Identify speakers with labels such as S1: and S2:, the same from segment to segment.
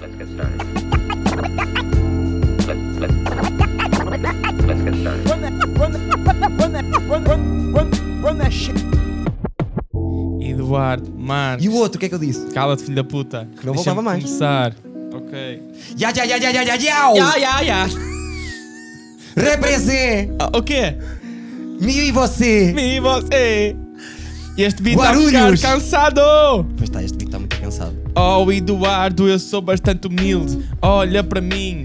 S1: Let's get started. Let, let, let's get started.
S2: Run that, run that, run that, run, run, run, run that shit.
S3: Eduardo, Marcos,
S4: E o outro, o que é que eu disse?
S3: cala-te filho da puta.
S4: Que não
S3: Deixa-me
S4: voltava mais.
S3: começar. Ok.
S4: Ya, ya, ya, ya, ya, ya, ya!
S3: Ya, ya, ya.
S4: Represé!
S3: Ah, O quê?
S4: Me e você!
S3: Me e você. Este beat está a ficar
S4: Guarulhos.
S3: cansado.
S4: Pois está, este bico está muito cansado.
S3: Oh Eduardo, eu sou bastante humilde. Olha para mim,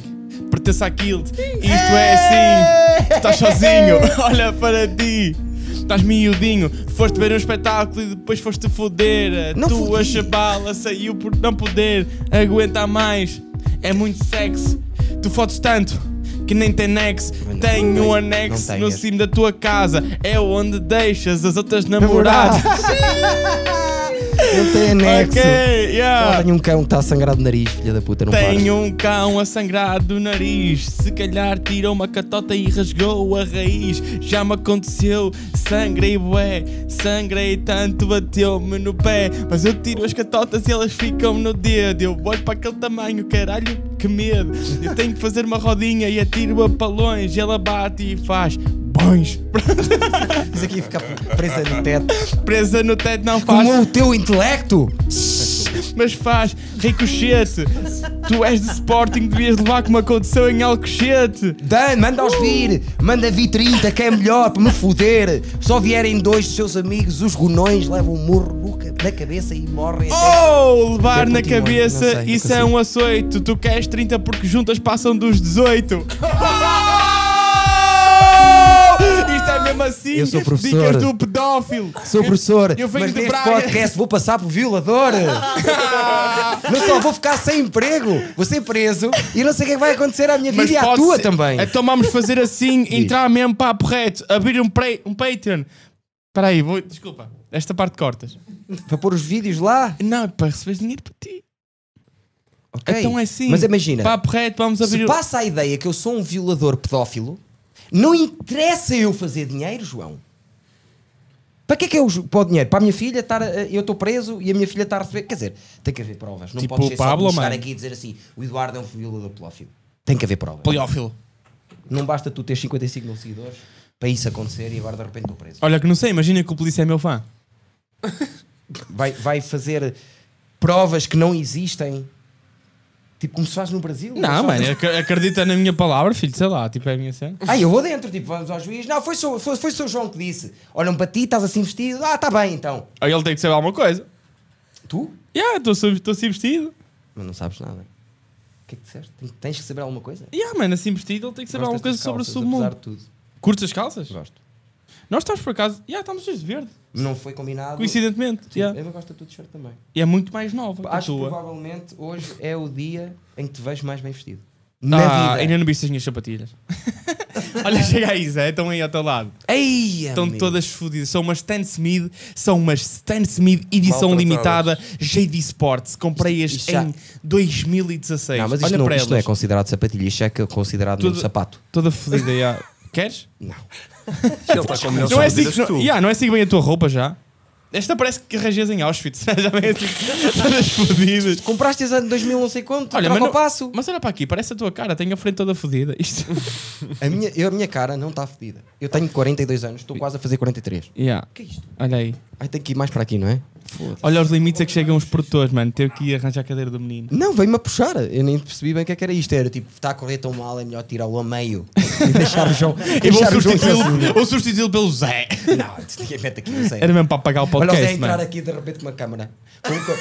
S3: pertenço à guild. Isto é assim, estás sozinho. Olha para ti, estás miudinho. Foste ver um espetáculo e depois foste foder. A
S4: Não
S3: tua
S4: fodi.
S3: chabala saiu por não poder aguentar mais. É muito sexo. Tu fodes tanto que nem tem nexo.
S4: Não, não
S3: Tem
S4: tem,
S3: um
S4: não
S3: anexo no
S4: tenhas.
S3: cimo da tua casa. É onde deixas as outras namoradas.
S4: Namoradas. Não tem anexo.
S3: Ok, yeah.
S4: Só tenho um cão que está a sangrar do nariz, filha da puta, não
S3: Tenho um cão a sangrar do nariz. Se calhar tirou uma catota e rasgou a raiz. Já me aconteceu, sangrei bué. Sangrei tanto, bateu-me no pé. Mas eu tiro as catotas e elas ficam no dedo. Eu olho para aquele tamanho, caralho, que medo. Eu tenho que fazer uma rodinha e atiro-a para longe. Ela bate e faz. Bons.
S4: paras. Isso aqui fica presa no teto.
S3: Presa no teto não faz.
S4: Como o teu intelecto?
S3: mas faz ricochete. tu és de Sporting, devias levar como aconteceu em Alcochete.
S4: Dan, manda-os vir, manda vir 30, que é melhor para me foder. Só vierem dois dos seus amigos, os gonões levam um murro no ca- na cabeça e morrem.
S3: Oh, levar
S4: Quer
S3: na
S4: continuar? Não
S3: cabeça,
S4: sei, não
S3: isso é
S4: consigo.
S3: um açoito. Tu queres 30 porque juntas passam dos 18. Isto é mesmo assim.
S4: Eu sou professor.
S3: Dicas do pedófilo.
S4: Sou professor,
S3: eu venho
S4: mas
S3: de
S4: neste
S3: Braga.
S4: podcast vou passar por violador. não só vou ficar sem emprego, vou ser preso e não sei o que é que vai acontecer à minha vida e à
S3: pode
S4: tua
S3: ser-
S4: também.
S3: Então vamos fazer assim, entrar mesmo papo reto, abrir um, pre- um Patreon. Espera aí, vou... desculpa. Esta parte cortas.
S4: Para pôr os vídeos lá.
S3: Não, é para receber dinheiro para ti.
S4: ok?
S3: Então é assim.
S4: Mas imagina,
S3: Papo reto, vamos abrir.
S4: se
S3: o-
S4: passa a ideia que eu sou um violador pedófilo, não interessa eu fazer dinheiro, João. Para que é que eu ju- para o dinheiro? Para a minha filha estar. a- Eu estou preso e a minha filha está a receber. Quer dizer, tem que haver provas. Não
S3: Tipo
S4: pode
S3: o
S4: ser
S3: Pablo,
S4: só chegar
S3: mano.
S4: aqui e dizer assim: o Eduardo é um violador pedófilo. Tem que haver provas.
S3: Poliófilo.
S4: Não basta tu ter 55 mil seguidores para isso acontecer e agora de repente estou preso.
S3: Olha, que não sei, imagina que o polícia é meu fã.
S4: Vai, vai fazer provas que não existem. Tipo, como se faz no Brasil.
S3: Não,
S4: Só-
S3: mano, ac- acredita na minha palavra, filho, sei lá, tipo, é a minha cena.
S4: Ah, eu vou dentro, tipo, vamos ao juiz. Não, foi só, foi, foi só o João que disse. Olham para ti, estás assim vestido. Ah, está bem então.
S3: Aí ele tem que saber alguma coisa.
S4: Tu?
S3: Yeah, estou sub- estou assim vestido.
S4: Mas não sabes nada. O que é que disseste? Tens- Tens que saber alguma coisa?
S3: Yeah, mano, assim vestido ele tem que saber alguma coisa
S4: Gostas das
S3: sobre o
S4: calças, apesar
S3: submundo.
S4: de tudo.
S3: Curtes as calças?
S4: Gosto.
S3: Nós estamos por acaso. Yeah, estamos dois de verde.
S4: Não foi combinado.
S3: Coincidentemente.
S4: Sim,
S3: yeah.
S4: Eu não gosto da tua t-shirt também.
S3: E é muito mais nova que a
S4: Acho que
S3: tua.
S4: provavelmente hoje é o dia em que te vejo mais bem vestido.
S3: Ah,
S4: Na vida.
S3: ainda não viste as minhas sapatilhas. Olha, chega aí, Zé, estão aí ao teu lado.
S4: Ei,
S3: Estão
S4: amigo.
S3: todas fodidas. São umas Stan Smith, são umas Stan Smith edição limitada, JD Sports. Comprei-as
S4: Isto já-
S3: em 2016.
S4: Não, mas isto,
S3: Olha
S4: não,
S3: para
S4: isto não é
S3: elas.
S4: considerado sapatilha, isto é que é considerado
S3: Tudo-
S4: um sapato.
S3: Toda fodida, já. Queres?
S5: Ele está com melhores
S3: Não é, assim
S5: sapatilhas
S3: que, não,
S5: tu.
S3: yeah, não é assim que vem a tua roupa já? Esta parece que arranjas em Auschwitz. já vem assim, todas fodidas.
S4: Compraste as ano 2000, não sei quanto,
S3: Olha,
S4: Olha,
S3: mas,
S4: troca
S3: não-
S4: o passo.
S3: mas olha para aqui, parece a tua cara, tenho a frente toda fodida. Isto.
S4: A minha, eu, a minha cara não está fedida. Eu tenho 42 anos, estou quase a fazer 43.
S3: Yeah. Olha aí.
S4: Ai, tenho que ir mais para aqui, não é?
S3: Olha os limites a que chegam os produtores, mano. Teve que ir arranjar a cadeira do menino.
S4: Não, veio-me a puxar. Eu nem percebi bem o que é que era isto. Era tipo, está a correr tão mal, é melhor tirá-lo a meio e deixar o João.
S3: E vou
S4: deixar o João
S3: substituí-lo vou substituí-lo pelo Zé.
S4: sozinho. Não, isso ninguém mete aqui, não sei.
S3: assim, né? Era mesmo para apagar o
S4: Olha o Zé
S3: podcast,
S4: entrar
S3: mano.
S4: aqui de repente com uma câmara. Com um co-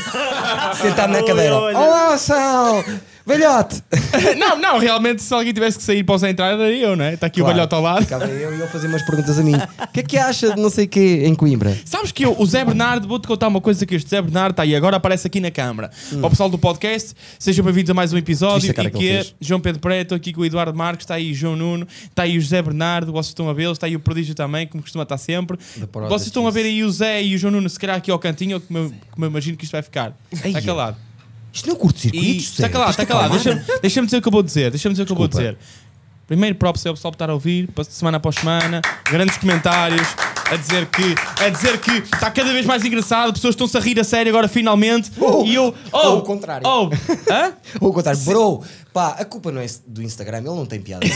S4: Sentado na cadeira. Olá, Sal! Velhote!
S3: não, não, realmente, se alguém tivesse que sair para o Zé entrar, era eu, não é? Está aqui o
S4: Claro.
S3: balhote ao lado.
S4: Ficava eu e ele fazer umas perguntas a mim. O que é que acha de não sei o quê em Coimbra?
S3: Sabes que eu, o Zé Bernardo, vou-te contar uma coisa que este Zé Bernardo está aí agora, aparece aqui na câmara. Para o pessoal do podcast, sejam bem-vindos a mais um episódio.
S4: Hum. Viste a cara
S3: E
S4: que
S3: que
S4: ele
S3: é
S4: fez?
S3: João Pedro Preto, aqui com o Eduardo Marques, está aí o João Nuno, está aí o José Bernardo, vocês estão a vê-los, está aí o Prodígio também, como costuma estar sempre.
S4: Prodigy.
S3: Vocês estão a ver aí o Zé e o João Nuno, se calhar aqui ao cantinho, como eu, como eu imagino que isto vai ficar. Está
S4: Eia.
S3: calado.
S4: Isto não é um curto-circuito?
S3: E está calado, está calado. Deixa-me deixa-me dizer o que eu vou dizer. Deixa-me dizer o que eu vou dizer. Primeiro, props é o pessoal que está a ouvir, pa- semana após semana, grandes comentários. a dizer que a dizer que está cada vez mais engraçado, pessoas estão-se a rir a sério agora finalmente.
S4: Ou-
S3: e eu. Oh,
S4: ou o contrário.
S3: Oh, hã?
S4: Ou ao contrário, bro, pá, a culpa não é do Instagram, ele não tem piada.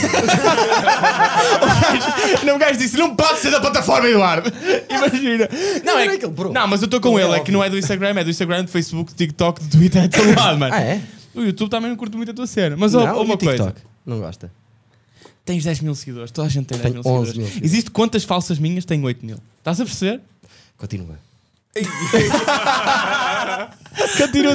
S3: Não, o gajo disse, não pode ser da plataforma, Eduardo. Imagina. Não,
S4: Não,
S3: é
S4: era
S3: que,
S4: aquele, bro.
S3: não mas eu estou com
S4: Não é
S3: ele, é que
S4: óbvio.
S3: não é do Instagram, é do Instagram, do Facebook, do TikTok, do Twitter, é de todo lado, mano.
S4: ah, é?
S3: O YouTube também não curto muito a tua cena. Mas ó,
S4: não, e o
S3: uma coisa.
S4: TikTok? Não gosta.
S3: Tens 10 mil seguidores, toda a gente tem 10 mil
S4: Tenho 11
S3: seguidores.
S4: mil seguidores.
S3: Existe quantas falsas minhas? Tenho 8 mil. Estás a perceber?
S4: Continua.
S3: Continua a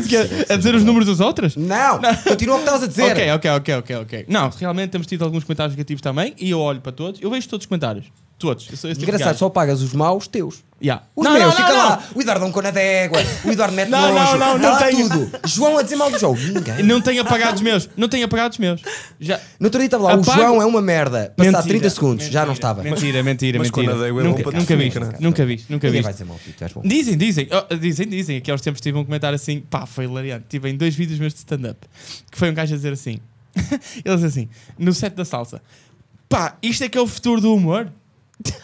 S3: dizer os números das outras?
S4: Não, continua o que estavas a dizer.
S3: Ok, ok, ok, ok, ok. Não, realmente temos tido alguns comentários negativos também e eu olho para todos, eu vejo todos os comentários. Todos. Eu sou esse tipo de
S4: Engraçado,
S3: gajo.
S4: só pagas os maus teus.
S3: Yeah.
S4: Os
S3: Não,
S4: meus,
S3: não,
S4: fica
S3: não,
S4: lá. O Eduardo é um cona d'égua. O Eduardo mete
S3: Não, não,
S4: nojo.
S3: não,
S4: Tá
S3: não
S4: lá
S3: tenho.
S4: tudo. João a dizer mal do jogo. Ninguém.
S3: Não tenho apagado os meus. Não tenho apagado os meus. Já...
S4: No outro dia estava lá.
S3: Apago.
S4: O João é uma merda. Passar
S3: Mentira,
S4: 30 segundos, já não estava.
S3: Mentira, mentira,
S5: mas
S3: mentira.
S5: quando a Dego é bom
S3: nunca,
S5: para
S3: nunca
S5: tudo,
S3: viste,
S5: cara.
S3: nunca viste, nunca
S4: Ninguém
S3: viste.
S4: vai dizer mal de ti, tu és bom.
S3: Dizem, dizem, oh, dizem, dizem. Aqui aos tempos tive um comentário assim, pá, foi hilariante. Tive em dois vídeos meus de stand-up. Que foi um gajo a dizer assim: ele diz assim, no set da salsa, pá, isto é que é o futuro do humor?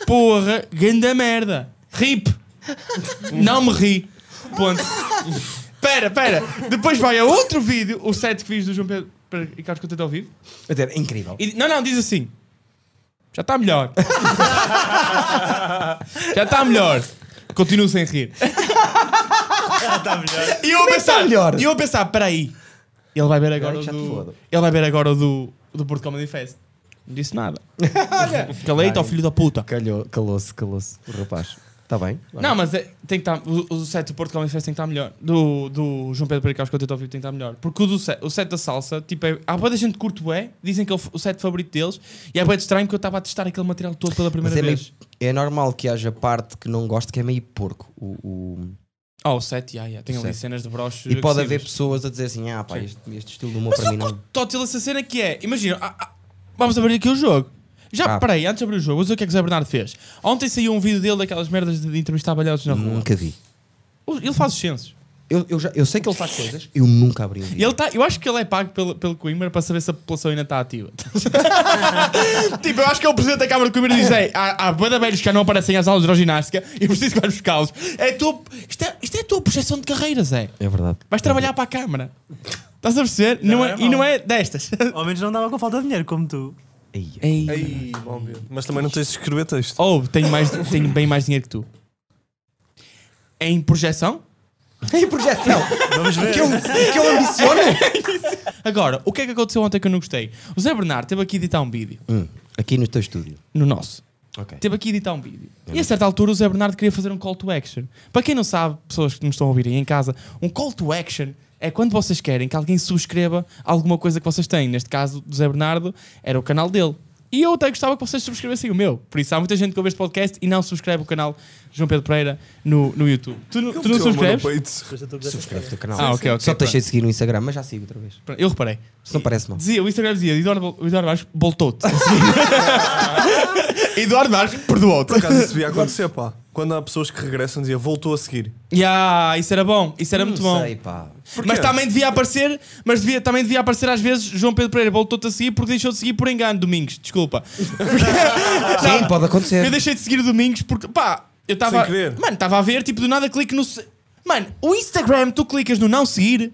S3: Porra, ganda merda. Rip. Não me ri. Ponto. Pera, pera. Depois vai a outro vídeo, o set que fiz do João Pedro Pereira e Carlos Contento ao vivo.
S4: Quer dizer, é incrível.
S3: E- não, não, diz assim. Já está melhor. Já está melhor. Continuo sem rir. Já está melhor. E eu a pensar,
S4: tá melhor.
S3: E eu a pensar, peraí. Ele vai ver agora o
S4: Agora já te
S3: do.
S4: fodo.
S3: Ele vai ver agora o do, do Porto Comedy Fest. Não disse nada. Calei-te ao filho da puta.
S4: Calhou, calou-se, calou-se. O rapaz. Está bem?
S3: Não, mas é- tem que estar. O, o set do Porto Comedy Fest tem que estar melhor. Do, do João Pedro Pericás que eu tento ao vivo tem que estar melhor. Porque o, do set, o set da salsa, tipo, é, há boa da gente que curte bué, dizem que é o, f- o set favorito deles, e é bué de estranho porque eu estava a testar aquele material todo pela
S4: Mas
S3: primeira
S4: é, meio,
S3: vez.
S4: é normal que haja parte que não gosto que é meio porco. O, o-
S3: Ah, o set, yeah, yeah. tem ali
S4: Certo.
S3: cenas de broches.
S4: E pode haver
S3: agressivas.
S4: pessoas a dizer assim: ah, pá, este, este estilo de humor
S3: Mas
S4: para
S3: eu
S4: mim não.
S3: curto tótil essa cena que é. Imagina, ah, ah, vamos abrir aqui o jogo. Já,
S4: Ah.
S3: peraí, antes de abrir o jogo, vou dizer o que é que o Zé Bernardo fez. Ontem saiu um vídeo dele daquelas merdas de, de entrevistar balhados na rua.
S4: Nunca vi.
S3: Ele faz os censos.
S4: Eu, eu, já, eu sei que ele faz coisas, eu nunca abri um
S3: E
S4: vídeo.
S3: ele tá, eu acho que ele é pago pelo, pelo Coimbra para saber se a população ainda está ativa. tipo, eu acho que é o presidente da Câmara de Coimbra e diz: Ei, há, há bué de velhos que já não aparecem às aulas de hidroginástica e preciso que vais buscá-los. É a tua- isto, é, isto é a tua projeção de carreira, Zé.
S4: É verdade.
S3: Vais trabalhar para a Câmara. Estás a perceber? Não
S6: Não,
S3: é-
S6: é
S3: e
S6: mau.
S3: não é destas.
S6: Ao menos não dava com falta de dinheiro, como tu.
S4: Ei,
S5: Ei, bom Deus. Mas também não tens de escrever texto.
S3: Ou Oh, tenho, mais, tenho bem mais dinheiro que tu. É Em projeção?
S4: Em projeção.
S6: Vamos ver.
S4: que, eu, que eu ambiciono.
S3: Agora, o que é que aconteceu ontem que eu não gostei? O Zé Bernardo teve aqui a editar um vídeo.
S4: Hum, aqui no teu estúdio.
S3: No nosso.
S4: Ok.
S3: Teve aqui a editar um vídeo. E a certa altura o Zé Bernardo queria fazer um call to action. Para quem não sabe, pessoas que nos estão a ouvir aí em casa, um call to action é quando vocês querem que alguém subscreva alguma coisa que vocês têm. Neste caso, do Zé Bernardo era o canal dele. E eu até gostava que vocês subscrevessem o meu. Por isso há muita gente que ouve este podcast e não subscreve o canal João Pedro Pereira no, no YouTube. Tu, não- tu não
S5: Teu amor no
S3: subscreves?
S5: peito.
S4: Subscreve o teu canal.
S3: Ah, ok, ok.
S4: Só te deixei
S3: pronto.
S4: de seguir no Instagram, mas já sigo outra vez.
S3: Pronto, Eu reparei.
S4: Se não parece mal.
S3: Dizia, o Instagram dizia Eduardo, Eduardo Marques voltou-te. Eduardo Marques perdoou-te.
S5: Por acaso isso devia acontecer, pá. Quando há pessoas que regressam, dizia voltou a seguir.
S3: Ya, isso era bom, isso era muito
S4: não
S3: bom.
S4: sei, pá.
S5: Porquê?
S3: Mas também devia aparecer, mas devia, também devia aparecer às vezes João Pedro Pereira voltou-te a seguir porque deixou de seguir por engano, Domingos, desculpa.
S4: Sim, pode
S3: Eu
S4: acontecer.
S3: deixei de seguir o Domingos porque, pá, eu estava.
S5: Sem querer.
S3: Mano, estava a ver, tipo, do nada clico no. se- Mano, o Instagram, tu clicas no não seguir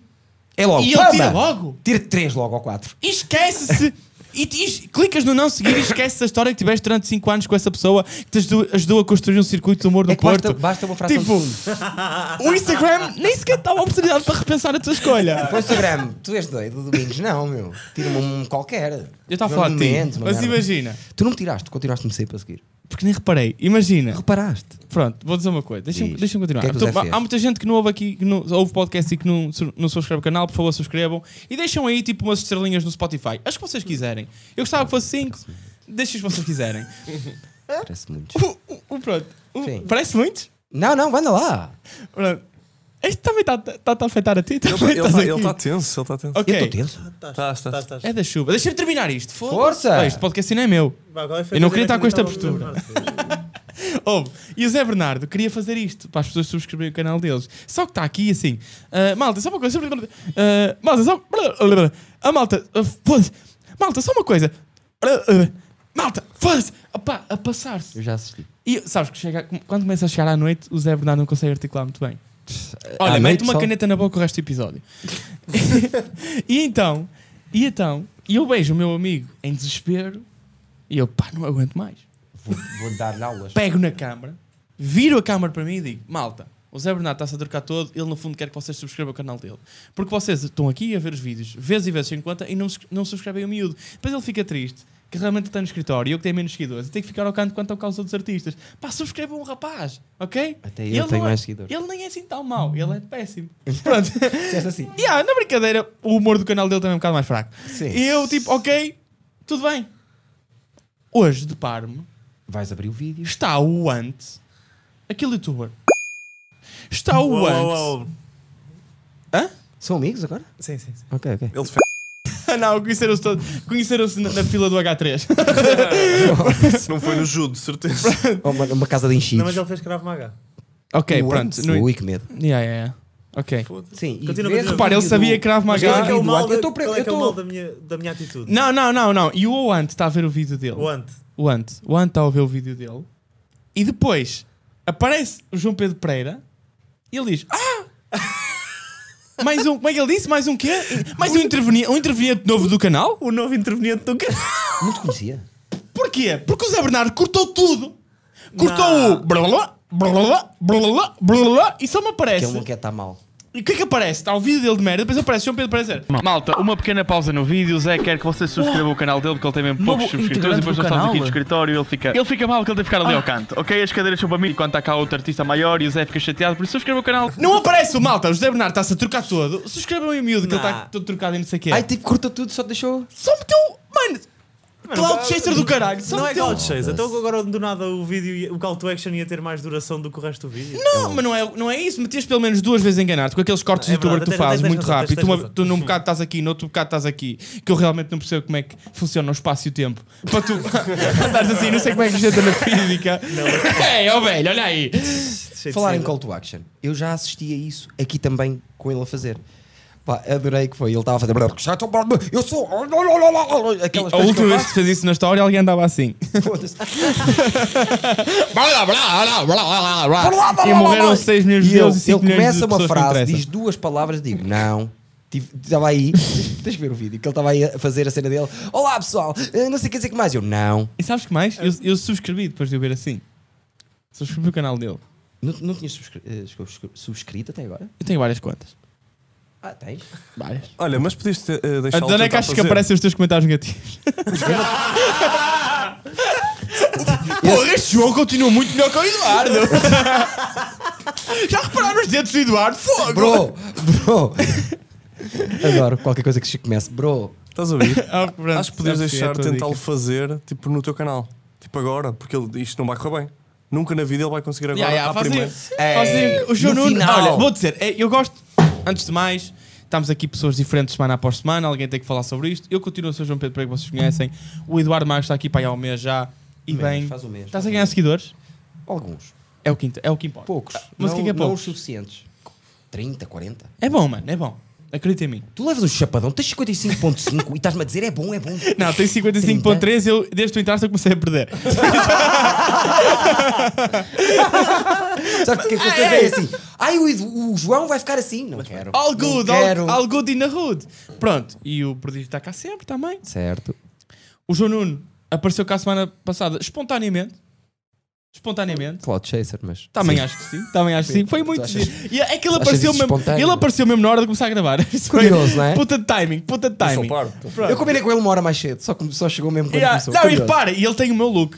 S4: É logo.
S3: e ele
S4: Pamba!
S3: tira logo.
S4: Tira 3 logo ou 4.
S3: E esquece-se. E, te- e clicas no não seguir e esquece a história que tiveste durante 5 anos com essa pessoa que te ajudou, ajudou a construir um circuito de humor no
S4: É que
S3: Porto.
S4: basta, basta uma fração
S3: Tipo,
S4: de segundo.
S3: O Instagram nem sequer te dá uma oportunidade para repensar a tua escolha.
S4: Para o Instagram, tu és doido, Domingos? Não, meu. Tira-me um qualquer.
S3: Eu estava a falar de ti,
S4: Momento, uma
S3: mas
S4: merda.
S3: imagina,
S4: Tu não me tiraste, continuaste-me sempre a seguir.
S3: porque nem reparei, imagina,
S4: Reparaste?
S3: pronto, vou dizer uma coisa, deixa-me
S4: Diz.
S3: deixa-me continuar.
S4: O que é que o Zé
S3: Então,
S4: fez?
S3: há muita gente que não ouve aqui, que não ouve podcast e que não, su- não subscreve o canal, por favor subscrevam e deixam aí tipo umas estrelinhas no Spotify, as que vocês quiserem. Eu gostava que fosse 5, deixem as que vocês quiserem.
S4: Parece muito.
S3: O, o- o- pronto, O-
S4: Sim.
S3: parece muito?
S4: Não, não, manda lá.
S3: Pronto. Isto também está tá, tá a afetar a ti, também
S5: Ele
S3: estás
S5: está
S3: aqui.
S5: tenso, ele está tenso.
S3: Ok.
S4: Eu estou tenso.
S5: Tá, está.
S6: Estás, estás.
S3: É da chuva. Deixa-me terminar isto. foda-se.
S4: Força!
S3: Pá, Este podcast ainda é meu.
S6: Vai, qual é que foi
S3: Eu não
S6: a
S3: queria estar com esta
S6: primeira que
S3: postura.
S6: estava a fazer?
S3: Ouve, e o Zé Bernardo queria fazer isto para as pessoas subscreverem o canal deles. Só que está aqui assim. ah, malta, só uma coisa. ah, malta, só. A malta. ah, foda-se. malta, só uma coisa. Ah, ah, malta, foda-se. Opá, a passar-se.
S4: Eu já assisti.
S3: E sabes que chega, quando começa a chegar à noite, o Zé Bernardo não consegue articular muito bem.
S4: à
S3: Olha,
S4: noite
S3: mete uma
S4: só?
S3: caneta na boca o resto do episódio. e então, e então, e eu vejo o meu amigo em desespero e eu, pá, não aguento mais.
S4: Vou, vou dar-lhe aulas.
S3: Pego na câmara, viro a câmara para mim e digo: malta, o Zé Bernardo está-se a trocar todo, ele no fundo quer que vocês subscrevam o canal dele. Porque vocês estão aqui a ver os vídeos, vezes e vezes sem conta, e não, subs- não subscrevem o miúdo. Depois ele fica triste. Que realmente está no escritório, e eu que tenho menos seguidores, e tenho que ficar ao canto quanto ao causa dos artistas. Pá, subscrevam um rapaz, ok?
S4: Até
S3: Ele
S4: eu tenho
S3: não é-
S4: mais seguidores.
S3: Ele nem é assim tão mau, ele é péssimo. Pronto.
S4: Disseste assim.
S3: Yeah, na brincadeira, o humor do canal dele também é um bocado mais fraco.
S4: Sim.
S3: E eu, tipo, ok, tudo bem. Hoje deparo-me,
S4: Vais abrir o vídeo.
S3: está o Ant, aquele youtuber. Está o
S5: Uou,
S3: Ant.
S5: uou, uou.
S4: São amigos agora?
S6: Sim, sim, sim.
S4: Ok, ok.
S5: Ele fez.
S3: Não, conheceram-se todos. Conheceram-se na, na fila do H3.
S5: Não foi no judo, de certeza.
S4: Ou Uma, uma casa de enchidos.
S6: Não, mas ele fez Krav Maga.
S3: ok,
S4: O
S3: pronto.
S4: Ant,
S3: No...
S4: Ui, que medo.
S3: Yeah, yeah, yeah. Ok.
S4: Sim, e vês
S6: Continua, continua.
S4: o
S3: Repara, ele
S4: vídeo
S3: sabia
S4: do-
S3: Krav
S4: mas
S3: Maga.
S6: Qual é que é o
S4: do
S6: mal,
S4: Ant. Eu
S6: da,
S4: tô pre-
S6: qual é
S4: eu
S6: que é o
S4: tô-
S6: mal da, minha, da minha atitude?
S3: Não, não, não, não. E o Ant está a ver o vídeo dele.
S6: O Ant.
S3: o Ant, o Ant está a ver o vídeo dele e depois aparece o João Pedro Pereira e ele diz: Ah! Mais um, como é que ele disse? Mais um quê? Mais um interveniente, um interveniente novo do canal?
S6: O Um novo interveniente do canal.
S4: Não te conhecia.
S3: Porquê? Porque o Zé Bernardo cortou tudo. Cortou o blá blá blá blá blá blá blá e só me
S4: Que
S3: aparece.
S4: ele não quer estar mal.
S3: E o que é que aparece? Está o vídeo dele de merda, depois aparece o João Pedro Pereira. Malta, uma pequena pausa no vídeo. O Zé quer que vocês subscrevam o canal dele porque ele tem mesmo poucos
S6: Novo
S3: subscritores. E
S6: integrante
S3: depois
S6: do
S3: nós estamos aqui
S6: canal.
S3: no escritório e ele fica, Ah. ele fica mal que ele tem que ficar ali ao canto. Ok? As cadeiras são para mim. Enquanto está cá outro artista maior e o Zé fica chateado, por isso subscreva o canal. Não aparece o malta. O José Bernardo está-se a trocar todo. Subscrevam o miúdo que ele está
S4: Nah.
S3: todo trocado e não sei o quê.
S4: Ai, tipo, cortou tudo, só deixou.
S3: Só meteu. um- Mano, Cloud Chaser do caralho. Só
S6: Não é
S3: meteu. um-
S6: Cloud Chase. Então agora do nada o vídeo, ia- o call to action ia ter mais duração do que o resto do vídeo.
S3: Não, mas não é, não é isso. Metias pelo menos duas vezes a enganar-te com aqueles cortes
S6: É
S3: de youtuber que
S6: verdade,
S3: tu fazes
S6: tens- tens
S3: muito
S6: razão,
S3: rápido.
S6: tens-
S3: Tu, uma-
S6: tens
S3: tu num bocado estás aqui, no outro bocado estás aqui. Que eu realmente não percebo como é que funciona o espaço-tempo. Para tu andares assim, não sei como é que gente na física. Ei, ó velho, olha aí.
S6: Cheio de
S4: Falar em
S6: cena.
S4: call to action, eu já assisti a isso aqui também com ele a fazer. Pá, adorei que foi. Ele estava a fazer. Eu sou. "Oh, Aquelas
S3: A
S4: coisas que
S3: última
S4: eu
S3: vez que fez isso na história, alguém andava assim.
S4: faço.
S3: E morreram 6 milhões de
S4: E eu,
S3: deuses e 5
S4: ele
S3: milhões de
S4: começa uma
S3: pessoas que não
S4: frase,
S3: interessam.
S4: diz duas palavras, digo não. Tive- Estava aí, tens que ver o vídeo, que ele estava aí a fazer a cena dele. Olá pessoal, eh, não sei o que dizer que mais. Eu não.
S3: E sabes que mais? Eu, eu subscrevi depois de eu ver assim. Subscrevi o canal dele.
S4: Não, não tinhas subscri- eh, subscri- subscrito até agora?
S3: Eu tenho várias contas.
S4: Ah, tens?
S3: Várias.
S5: Olha, mas podias ter, eh, deixar
S3: A dona
S5: ele
S3: é que
S4: tá
S5: tentar
S3: achas que
S5: fazer.
S3: aparecem os teus comentários negativos. Porra, este João continua muito melhor que o Eduardo. Já repararam os dedos do Eduardo? Fogo!
S4: Bro, bro. Adoro qualquer coisa que se comece. Bro,
S5: Estás a ouvir?
S3: Ah, pronto,
S5: Acho que podias
S3: sabes que é a
S5: deixar
S3: tua
S5: tentá-lo
S3: dica.
S5: fazer tipo no teu canal. Tipo agora, porque ele, isto não vai correr bem. Nunca na vida ele vai conseguir agora
S3: Yeah, yeah,
S5: à
S3: fazem-
S5: primeira.
S3: fazem- o João
S4: É, no
S3: Nuno.
S4: final.
S3: Olha, vou dizer, é, eu gosto, antes de mais, estamos aqui pessoas diferentes semana após semana, alguém tem que falar sobre isto. Eu continuo a ser o João Pedro Pereira, que vocês conhecem. O Eduardo Marques está aqui para aí há um mês já. E
S4: Menos,
S3: bem,
S4: faz o mês,
S3: estás
S4: faz
S3: a
S4: o
S3: ganhar seguidores?
S4: alguns.
S3: É o que, inter- é o que importa.
S4: Poucos.
S3: Mas
S4: não,
S3: o que é que é
S4: não
S3: poucos?
S4: os suficientes. 30, 40.
S3: É bom, mano, é bom. Acredita em mim.
S4: Tu levas um chapadão, tens 55.5 e estás-me a dizer é bom, é bom.
S3: Não, tenho 55.3, eu desde que tu entraste eu comecei a perder.
S4: Sabes porque é
S3: Ah,
S4: que eu é assim? Ai, o, Edu- o João vai ficar assim. Não quero.
S3: All
S4: não
S3: good,
S4: quero.
S3: all, all good in the hood. Pronto, e o prodígio está cá sempre também.
S4: Certo.
S3: O João Nuno apareceu cá a semana passada espontaneamente. Espontaneamente.
S4: Cloud Chaser, mas.
S3: Também
S4: Sim.
S3: Tá acho que sim, também acho que sim. Foi muito
S4: achas-
S3: giro. E é que ele
S4: achas
S3: apareceu,
S4: isso
S3: mesmo,
S4: espontâneo?
S3: ele apareceu mesmo na hora de começar a gravar. Isso foi
S4: Curioso, não é?
S3: Puta de timing, puta de
S5: Eu sou
S3: timing.
S5: parvo.
S3: Pronto.
S4: Eu combinei com ele uma hora mais cedo, só, come- só chegou mesmo quando
S3: Yeah.
S4: começou.
S3: Não, e repara, e ele tem o meu look.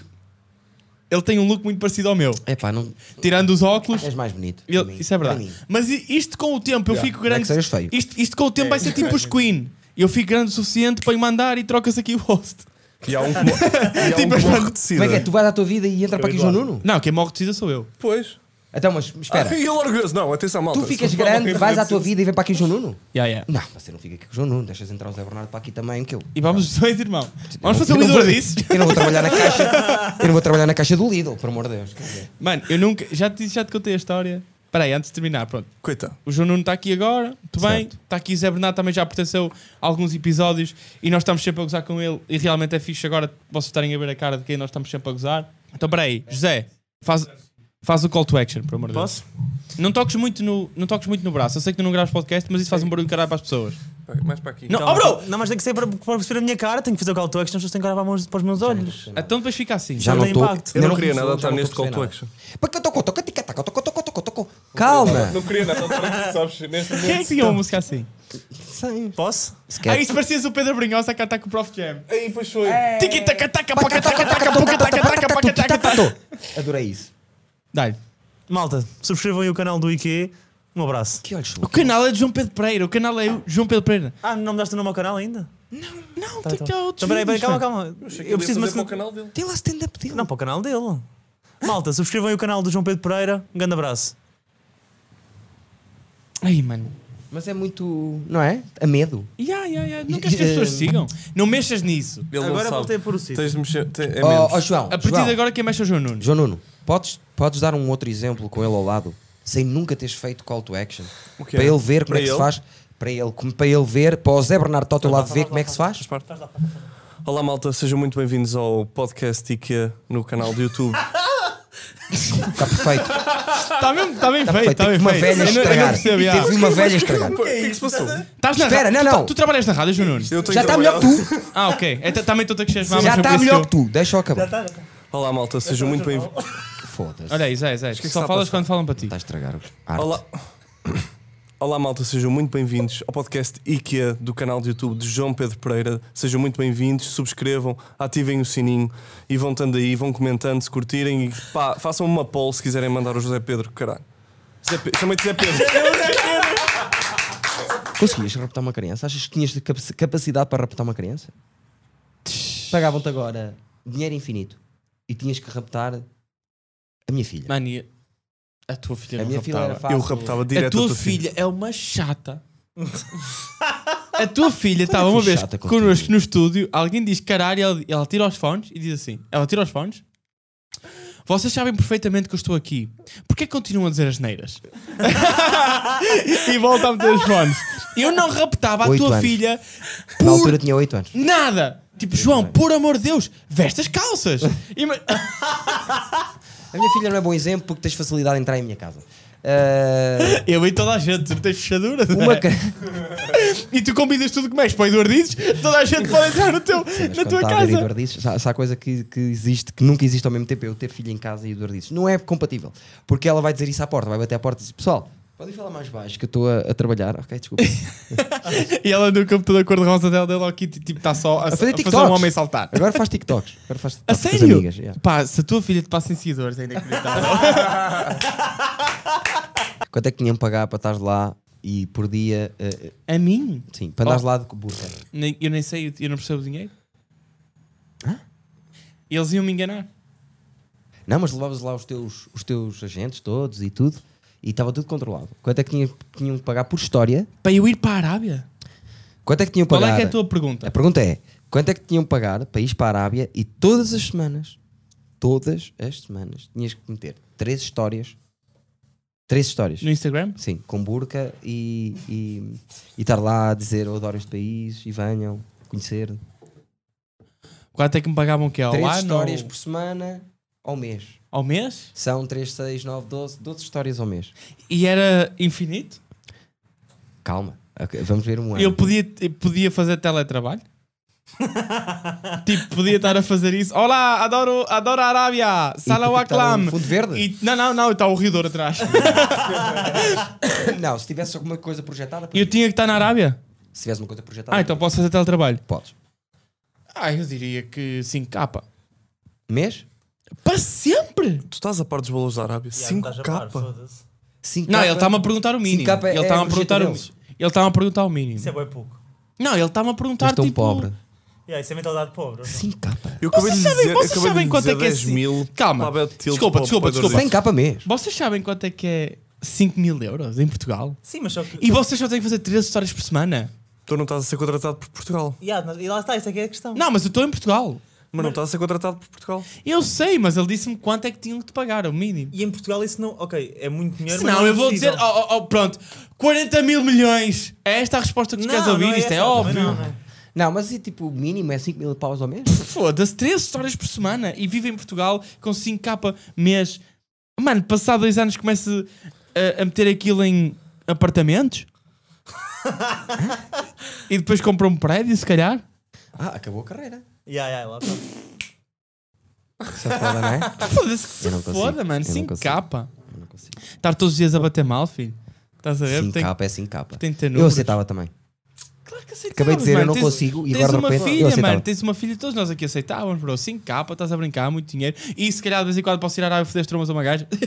S3: Ele tem um look muito parecido ao meu.
S4: É pá, não.
S3: Tirando os óculos,
S4: És mais bonito.
S3: Ele-
S4: para mim.
S3: isso é
S4: Para
S3: verdade.
S4: mim.
S3: Mas i- isto com o tempo, eu fico
S4: Não é
S3: grande.
S4: que sejas feio.
S3: Isto, isto com o tempo vai ser tipo os Queen. Eu fico grande o suficiente para lhe mandar e troca-se aqui o host.
S5: E há um como, e há um
S3: Tipo,
S5: como
S3: mas-
S5: reducida.
S4: Como é que é? Tu vais à tua vida e entra para aqui João Nuno?
S3: Não, quem morre de sida sou eu.
S5: Pois.
S4: Então, mas espera.
S5: Ah, e ele orgulhoso. Não, atenção, malta.
S4: Tu ficas
S5: Se-
S4: grande, vais à tua vida e vem para aqui João Nuno?
S3: Yeah, yeah.
S4: Não, você não fica aqui com o João Nuno, deixas entrar o Zé Bernardo para aqui também, que eu.
S3: E vamos os dois, irmão. Vamos fazer
S4: eu
S3: o
S4: não
S3: Idor
S4: vou-
S3: disso.
S4: Eu não vou trabalhar na caixa. Eu não vou trabalhar na caixa do Lidl, por amor de Deus. quer dizer.
S3: Mano, eu nunca. Já te, disse- já te contei a história. Espera aí, antes de terminar, pronto.
S5: Coitado.
S3: O João Nuno está aqui agora, muito bem. Está aqui o Zé Bernardo, também já pertenceu a alguns episódios e nós estamos sempre a gozar com ele. E realmente é fixe agora vocês estarem a ver a cara de quem nós estamos sempre a gozar. Então, peraí, José, Faz, faz o call to action, por amor de Deus.
S6: Posso?
S3: Não toques, muito no, não toques muito no braço. Eu sei que tu não graves podcast, mas isso faz um barulho do caralho para as pessoas.
S5: Mais para aqui.
S3: Não,
S6: Calma.
S3: oh bro!
S6: Não, mas tem que ser para, para perceber a minha cara, tenho que fazer o call to action, as pessoas têm que olhar para, a mão- para os meus olhos.
S3: Então depois fica assim.
S4: Já não
S6: tem
S4: estou.
S6: impacto.
S5: Eu não queria nada estar neste call to
S4: completo.
S5: action.
S4: Calma!
S5: Não queria nada estar aqui, sabes? Neste
S3: Quem é que tinha uma música assim?
S4: Sim.
S6: Posso?
S4: é
S3: Ah, isso parecia o Pedro Brinhosa a cantar com o Prof Jam.
S5: Aí, pois foi.
S6: É,
S3: Tiki taca taca paca taca taca paca taca taca paca taca taca.
S4: Adorei isso.
S3: Dá-lhe.
S6: Malta, subscrevam aí o canal do IQ. Um abraço.
S4: Que olhos
S3: O canal é de João Pedro Pereira. O canal é o João Pedro Pereira.
S6: Ah, não me daste o nome ao canal ainda?
S3: Não,
S6: Tá,
S3: tem
S6: tá.
S3: que há outros
S6: Então, peraí, peraí,
S3: vídeos,
S6: calma,
S3: mano.
S6: calma. Eu preciso de uma segunda-
S5: canal dele.
S4: Tem lá stand-up dele.
S6: Não, para o canal dele. Malta, subscrevam aí o canal do João Pedro Pereira. Um grande abraço.
S3: Ai, mano.
S4: Mas é muito. Não é? A medo.
S3: Ya, ya, ya. Não queres que as pessoas
S4: Eh,
S3: sigam? Não mexas nisso.
S5: Ele
S6: Agora
S5: não
S6: voltei a
S5: sabe.
S6: pôr o sítio. Oh,
S5: Tens de mexer. te- É
S4: Ó,
S5: menos.
S4: ó, João.
S3: A partir
S4: João,
S3: de agora quem mexe é o João Nunes.
S4: João Nuno, podes, podes dar um outro exemplo com ele ao lado, sem nunca teres feito call to action?
S5: O que é?
S4: Para ele ver como
S5: Para
S4: é que se
S5: ele?
S4: faz. Para ele, como- para ele ver, para o Zé Bernardo estar ao teu lado ver como é que se faz.
S5: Faz parte. Olá, malta. Sejam muito bem-vindos ao podcast IKEA no canal do YouTube.
S4: Está perfeito.
S3: Está mesmo, está bem feito,
S4: Perfeito.
S3: está
S4: Tive
S3: bem Então
S4: uma
S3: é feito. Eu
S4: velha a
S3: não- eu não
S4: estragar.
S3: percebo, ya.
S4: Tive uma velha a estragar.
S5: O que é que se passou?
S3: Estás na
S4: Espera,
S3: ra-
S4: não,
S3: tu-
S4: não.
S3: Tu trabalhas na rádio, João Nunes?
S5: Eu tenho
S6: tá
S4: Já está melhor que
S5: trabalhado.
S4: tu.
S3: Ah, ok. Então, também estou a queixar
S4: Já está melhor que tu. Deixa eu acabar.
S6: Tá,
S5: Olá, malta. Sejam muito bem-vindos.
S4: Foda-se.
S3: Olha aí, Zé, Zé.
S5: que
S3: Só
S5: está a
S3: falas
S5: passar?
S3: quando falam para ti.
S4: Está a estragar.
S5: Olá. Olá, malta, sejam muito bem-vindos ao podcast IKEA do canal do YouTube de João Pedro Pereira. Sejam muito bem-vindos, subscrevam, ativem o sininho e vão estando aí, vão comentando, se curtirem e pá, façam uma poll se quiserem mandar o José Pedro, caralho. Zé Pe- Chamei-te Zé Pedro.
S4: Conseguias raptar uma criança? Achas que tinhas cap- capacidade para raptar uma criança? Pagavam-te agora dinheiro infinito e tinhas que raptar a minha filha.
S3: Mano, e a tua filha
S4: a
S3: não
S4: minha filha era
S3: raptava.
S4: fácil.
S5: Eu raptava
S3: a
S5: direto
S3: tua,
S5: a tua
S3: filha é uma chata. a tua filha estava
S4: fui
S3: uma vez
S4: é chata contigo?
S3: connosco no estúdio, alguém diz caralho, e ela, ela tira os fones e diz assim: ela tira os fones. Vocês sabem perfeitamente que eu estou aqui. Porquê que continuam a dizer as neiras? e volta a meter os fones. Eu não raptava a
S4: Oito
S3: tua
S4: anos.
S3: filha
S4: Na
S3: por
S4: altura tinha 8 anos.
S3: nada. Tipo, João, por amor de Deus, veste as calças. Ima-
S4: A minha filha não é bom exemplo porque tens facilidade em entrar em minha casa. Ah,
S3: Eu e toda a gente, tu tens fechadura. não
S4: uma
S3: é?
S4: ca-
S3: E tu combinas tudo que mais para Eduardizes, toda a gente pode entrar no teu,
S4: Mas
S3: na
S4: quando
S3: tua
S4: está a
S3: casa.
S4: ver Eduardices, se há- se há coisa que, que existe, que nunca existe ao mesmo tempo, é eu ter filha em casa e Eduardices. Não é compatível. Porque ela vai dizer isso à porta, vai bater à porta e dizer: Pessoal, podem falar mais baixo que eu estou a, a trabalhar. Ok, desculpa.
S3: E ela no computador cor-de-rosa dela, dela aqui, tipo, está só a,
S4: A fazer
S3: a
S4: TikToks.
S3: um homem saltar.
S4: Agora faz TikToks. Agora faz
S3: A
S4: TikToks com as
S3: sério?
S4: amigas, yeah.
S3: Pá, se a tua filha te passa em seguidores, ainda é acreditável.
S4: Quanto é que tinham de pagar para estar lá e por dia. eh, eh,
S3: a mim?
S4: sim, para
S3: Oh.
S4: andares lá de burra.
S3: Nem- Eu nem sei, eu não percebo o dinheiro. Eles iam me enganar.
S4: Não, mas levavas lá os teus, os teus agentes todos e tudo. E estava tudo controlado. Quanto é que tinha- tinham de pagar por história?
S3: Para eu ir para a Arábia?
S4: Quanto é que tinham de
S3: Qual
S4: pagar?
S3: é que é a tua
S4: A
S3: pergunta?
S4: pergunta é: quanto é que tinham de pagar para ir para a Arábia e todas as semanas, todas as semanas, tinhas que meter três histórias? Três histórias.
S3: No Instagram?
S4: Sim, com burca e, e, e estar lá a dizer eu adoro este país e venham conhecer.
S3: Quanto é que me pagavam o quê? Ao
S4: três
S3: ano? Ao,
S4: histórias por semana ao mês.
S3: ao mês?
S4: São 3, 6, 9, 12, 12 histórias ao mês.
S3: E era infinito?
S4: Calma, ok, vamos ver um ano.
S3: Eu podia, eu podia fazer teletrabalho? tipo, podia estar a fazer isso. Olá, adoro, adoro a Arábia!
S4: E porque
S3: Salam
S4: que estava
S3: Aklam!
S4: um Fundo verde?
S3: E- não, não, não, está o ridor atrás.
S4: Não, se tivesse alguma coisa projetada,
S3: eu tinha que estar na Arábia?
S4: se tivesse uma coisa projetada,
S3: Ah, então posso fazer teletrabalho?
S4: podes.
S3: Ah, eu diria que 5k.
S4: Mês?
S3: Para sempre!
S5: Tu estás a par dos valores da Arábia?
S6: Tá,
S5: 5K?
S4: Cinco
S3: Não,
S4: capa-
S3: ele está-me a perguntar o mínimo.
S4: 5K é
S3: ele está-me
S4: o
S3: a perguntar o
S4: projeto
S3: mínimo. Ele está-me a perguntar o mínimo.
S6: Isso é bem pouco.
S3: Não, ele está-me a perguntar
S4: Mas tão
S3: tipo...
S4: pobre.
S6: Yeah, isso é mentalidade pobre. ou não?
S4: 5 capa.
S5: Eu acabei
S3: Vocês
S5: de lhe
S3: sabem-
S5: dizer,
S3: vocês
S5: acabei de
S3: sabem
S5: lhe
S3: quanto é
S5: dizer
S3: que é
S5: 10 mil.
S3: Calma.
S5: para a Bethilde
S3: Desculpa,
S5: para o
S3: desculpa,
S5: Pedro
S3: desculpa.
S5: Dias.
S4: 100 capa mês.
S3: Vocês sabem quanto é que é 5 mil euros em Portugal?
S6: Sim, mas só que.
S3: E vocês só têm que fazer 13 histórias por semana?
S5: Tu não estás a ser contratado por Portugal.
S6: Yeah, mas- e lá está, isso é que é a questão.
S3: Não, mas eu estou em Portugal.
S5: Mas não estás a ser contratado por Portugal.
S3: Eu sei, mas ele disse-me quanto é que tinham que te pagar, o mínimo.
S6: E em Portugal isso não. Ok, é muito dinheiro.
S3: Se
S6: mas
S3: não, eu vou
S6: impossível.
S3: dizer, oh, oh, oh, pronto, 40 mil milhões. É esta a resposta que tu
S6: Não,
S3: queres
S6: não
S3: ouvir? Isto
S6: essa,
S3: é
S6: também
S3: óbvio.
S6: não, não é?
S4: Não, mas e tipo, o mínimo é 5 mil paus ao mês?
S3: Foda-se, 13 histórias por semana e vive em Portugal com 5k mês. Mano, passado dois anos começo eh, a, a meter aquilo em apartamentos. e depois compro um prédio, se calhar.
S4: Ah, acabou a carreira.
S6: Yeah, yeah, lá está.
S4: Safada, não é?
S3: Foda-se que se
S4: Eu não consigo.
S3: foda, mano.
S4: Eu não
S3: 5
S4: consigo.
S3: capa.
S4: Eu não consigo.
S3: Estar todos os dias a bater mal, filho. Estás a ver?
S4: 5
S3: Tem-
S4: capa é 5 capa.
S3: tem que ter
S4: Eu
S3: números.
S4: aceitava também.
S3: Claro que aceitavas,
S4: Acabei de dizer,
S3: mano.
S4: eu não
S3: Tens-
S4: consigo e
S3: Tens
S4: agora de
S3: uma
S4: repente eu
S3: filha,
S4: aceitava.
S3: mano, tens uma filha, todos nós aqui aceitávamos, bro. 5k, estás a brincar, muito dinheiro. E se calhar de vez em quando posso tirar a foder as trombas a uma gaja.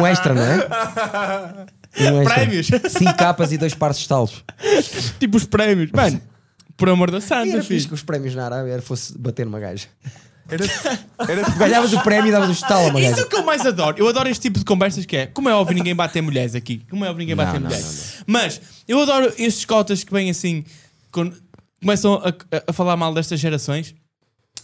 S4: Um extra, não é? Um extra.
S3: Prémios.
S4: 5 capas e dois pares de estalos.
S3: tipo os prémios, mano. Por amor da
S4: E
S3: santa,
S4: era fixe que
S3: filho.
S4: os prémios na Arábia era fosse bater uma gaja.
S5: Era, era
S4: Ganhavas o prémio e davas o estalo a uma
S3: Isso é o
S4: gaja.
S3: que eu mais adoro. Eu adoro este tipo de conversas que é como é óbvio ninguém bater mulheres aqui. Como é óbvio ninguém
S4: Não,
S3: bater
S4: não,
S3: mulheres. Mas eu adoro estes cotas que vêm assim, com- começam a, a- a falar mal destas gerações.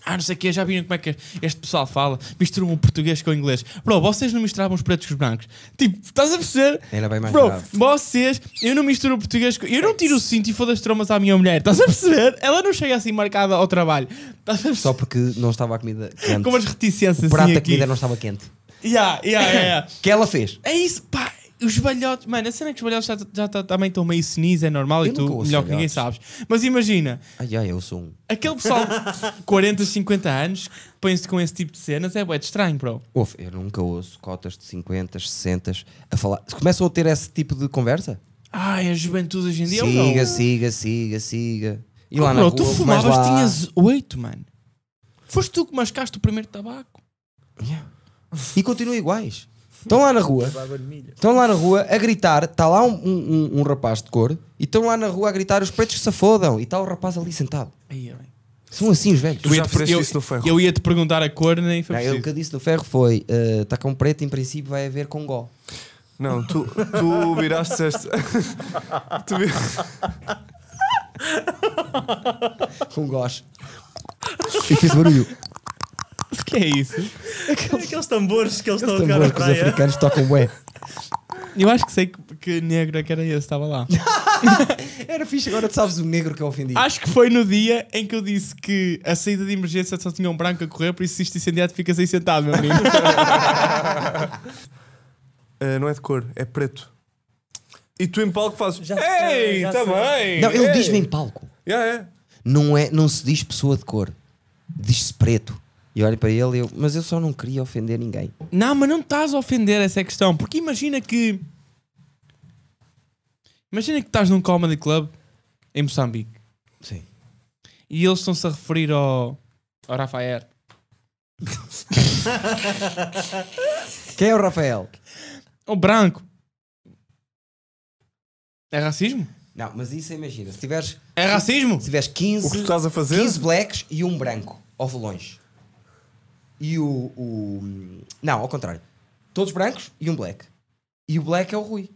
S3: Ah, não sei o quê, já viram como é que este pessoal fala? Misturam o português com o inglês. Bro, vocês não misturavam os pretos com os brancos. Tipo, estás a perceber?
S4: Era bem mais
S3: Bro,
S4: grave.
S3: vocês, eu não misturo o português com. Eu não tiro o cinto e fodo as trombas à minha mulher. Estás a perceber? Ela não chega assim marcada ao trabalho. Estás a perceber?
S4: Só porque não estava a comida quente.
S3: com umas
S4: o
S3: reticências
S4: prato
S3: assim
S4: da
S3: aqui.
S4: comida não estava quente.
S3: Yeah, yeah, yeah, yeah.
S4: Que ela fez.
S3: É isso, pá. Os balhotes, mano, a cena é que os balhotes já, já tá- também estão meio senis, é normal
S4: Eu
S3: e tu,
S4: nunca
S3: melhor
S4: ouço
S3: que ninguém
S4: velhotes.
S3: sabes. Mas imagina,
S4: Ai, ai, eu sou um.
S3: aquele pessoal de 40, 50 anos que põe-se com esse tipo de cenas é bué de estranho, bro.
S4: Ouve, eu nunca ouço cotas de 50, 60 a falar. Começam a ter esse tipo de conversa?
S3: Ai, a juventude hoje em dia,
S4: siga,
S3: bro.
S4: siga, siga, siga. E
S3: Oh,
S4: lá na
S3: bro,
S4: rua,
S3: tu
S4: o que mais
S3: fumavas,
S4: lá...
S3: tinhas 8, mano. Foste tu que mascaste o primeiro tabaco.
S4: E continuam iguais. Estão lá na rua, estão lá na rua a gritar. Está lá um, um- um- um rapaz de cor e estão lá na rua a gritar: os pretos que se fodam. E está o rapaz ali sentado.
S3: Aí, é bem.
S4: São assim os velhos.
S5: Tu já
S3: te-
S5: fizeste isso no ferro.
S3: eu ia te perguntar a cor, nem foi
S4: Não, eu, o
S3: preciso.
S4: que eu disse do ferro foi: está com preto, em princípio vai haver Congó.
S5: Não, tu, tu viraste esta. tu vi-
S4: Congós. e fiz barulho.
S3: O que é isso?
S6: Aqueles tambores que eles estão a
S4: Tambor que
S6: tocar na
S4: os
S6: praia.
S4: africanos tocam bué.
S3: Eu acho que sei que, que negro é que era esse, estava lá.
S4: Era fixe, agora tu sabes o negro que é ofendido.
S3: Acho que foi no dia em que eu disse que a saída de emergência só tinha um branco a correr, por isso se isto incendiado ficas aí sentado, meu amigo.
S5: Ah, não é de cor, é preto. E tu em palco fazes.
S6: Já sei,
S5: Ei,
S6: já
S5: também!
S4: Não, ele
S5: ei."
S4: diz-me em palco.
S5: Yeah, é.
S4: Não, é, não se diz pessoa de cor. Diz-se preto. E olho para ele e eu, mas eu só não queria ofender ninguém.
S3: não, mas não estás a ofender essa é a questão, porque imagina que. Imagina que estás num comedy club em Moçambique
S4: Sim.
S3: e eles estão-se a referir ao. ao Rafael.
S4: Quem é o Rafael?
S3: Ao branco. É racismo?
S4: Não, mas isso imagina. Se tiveres,
S3: É racismo?
S4: se tiveres
S5: O que tu
S4: 15,
S5: estás a fazer?
S4: 15 blacks e um branco, ao longe. E o, o- Não, ao contrário. Todos brancos e um black. E o black é o Rui.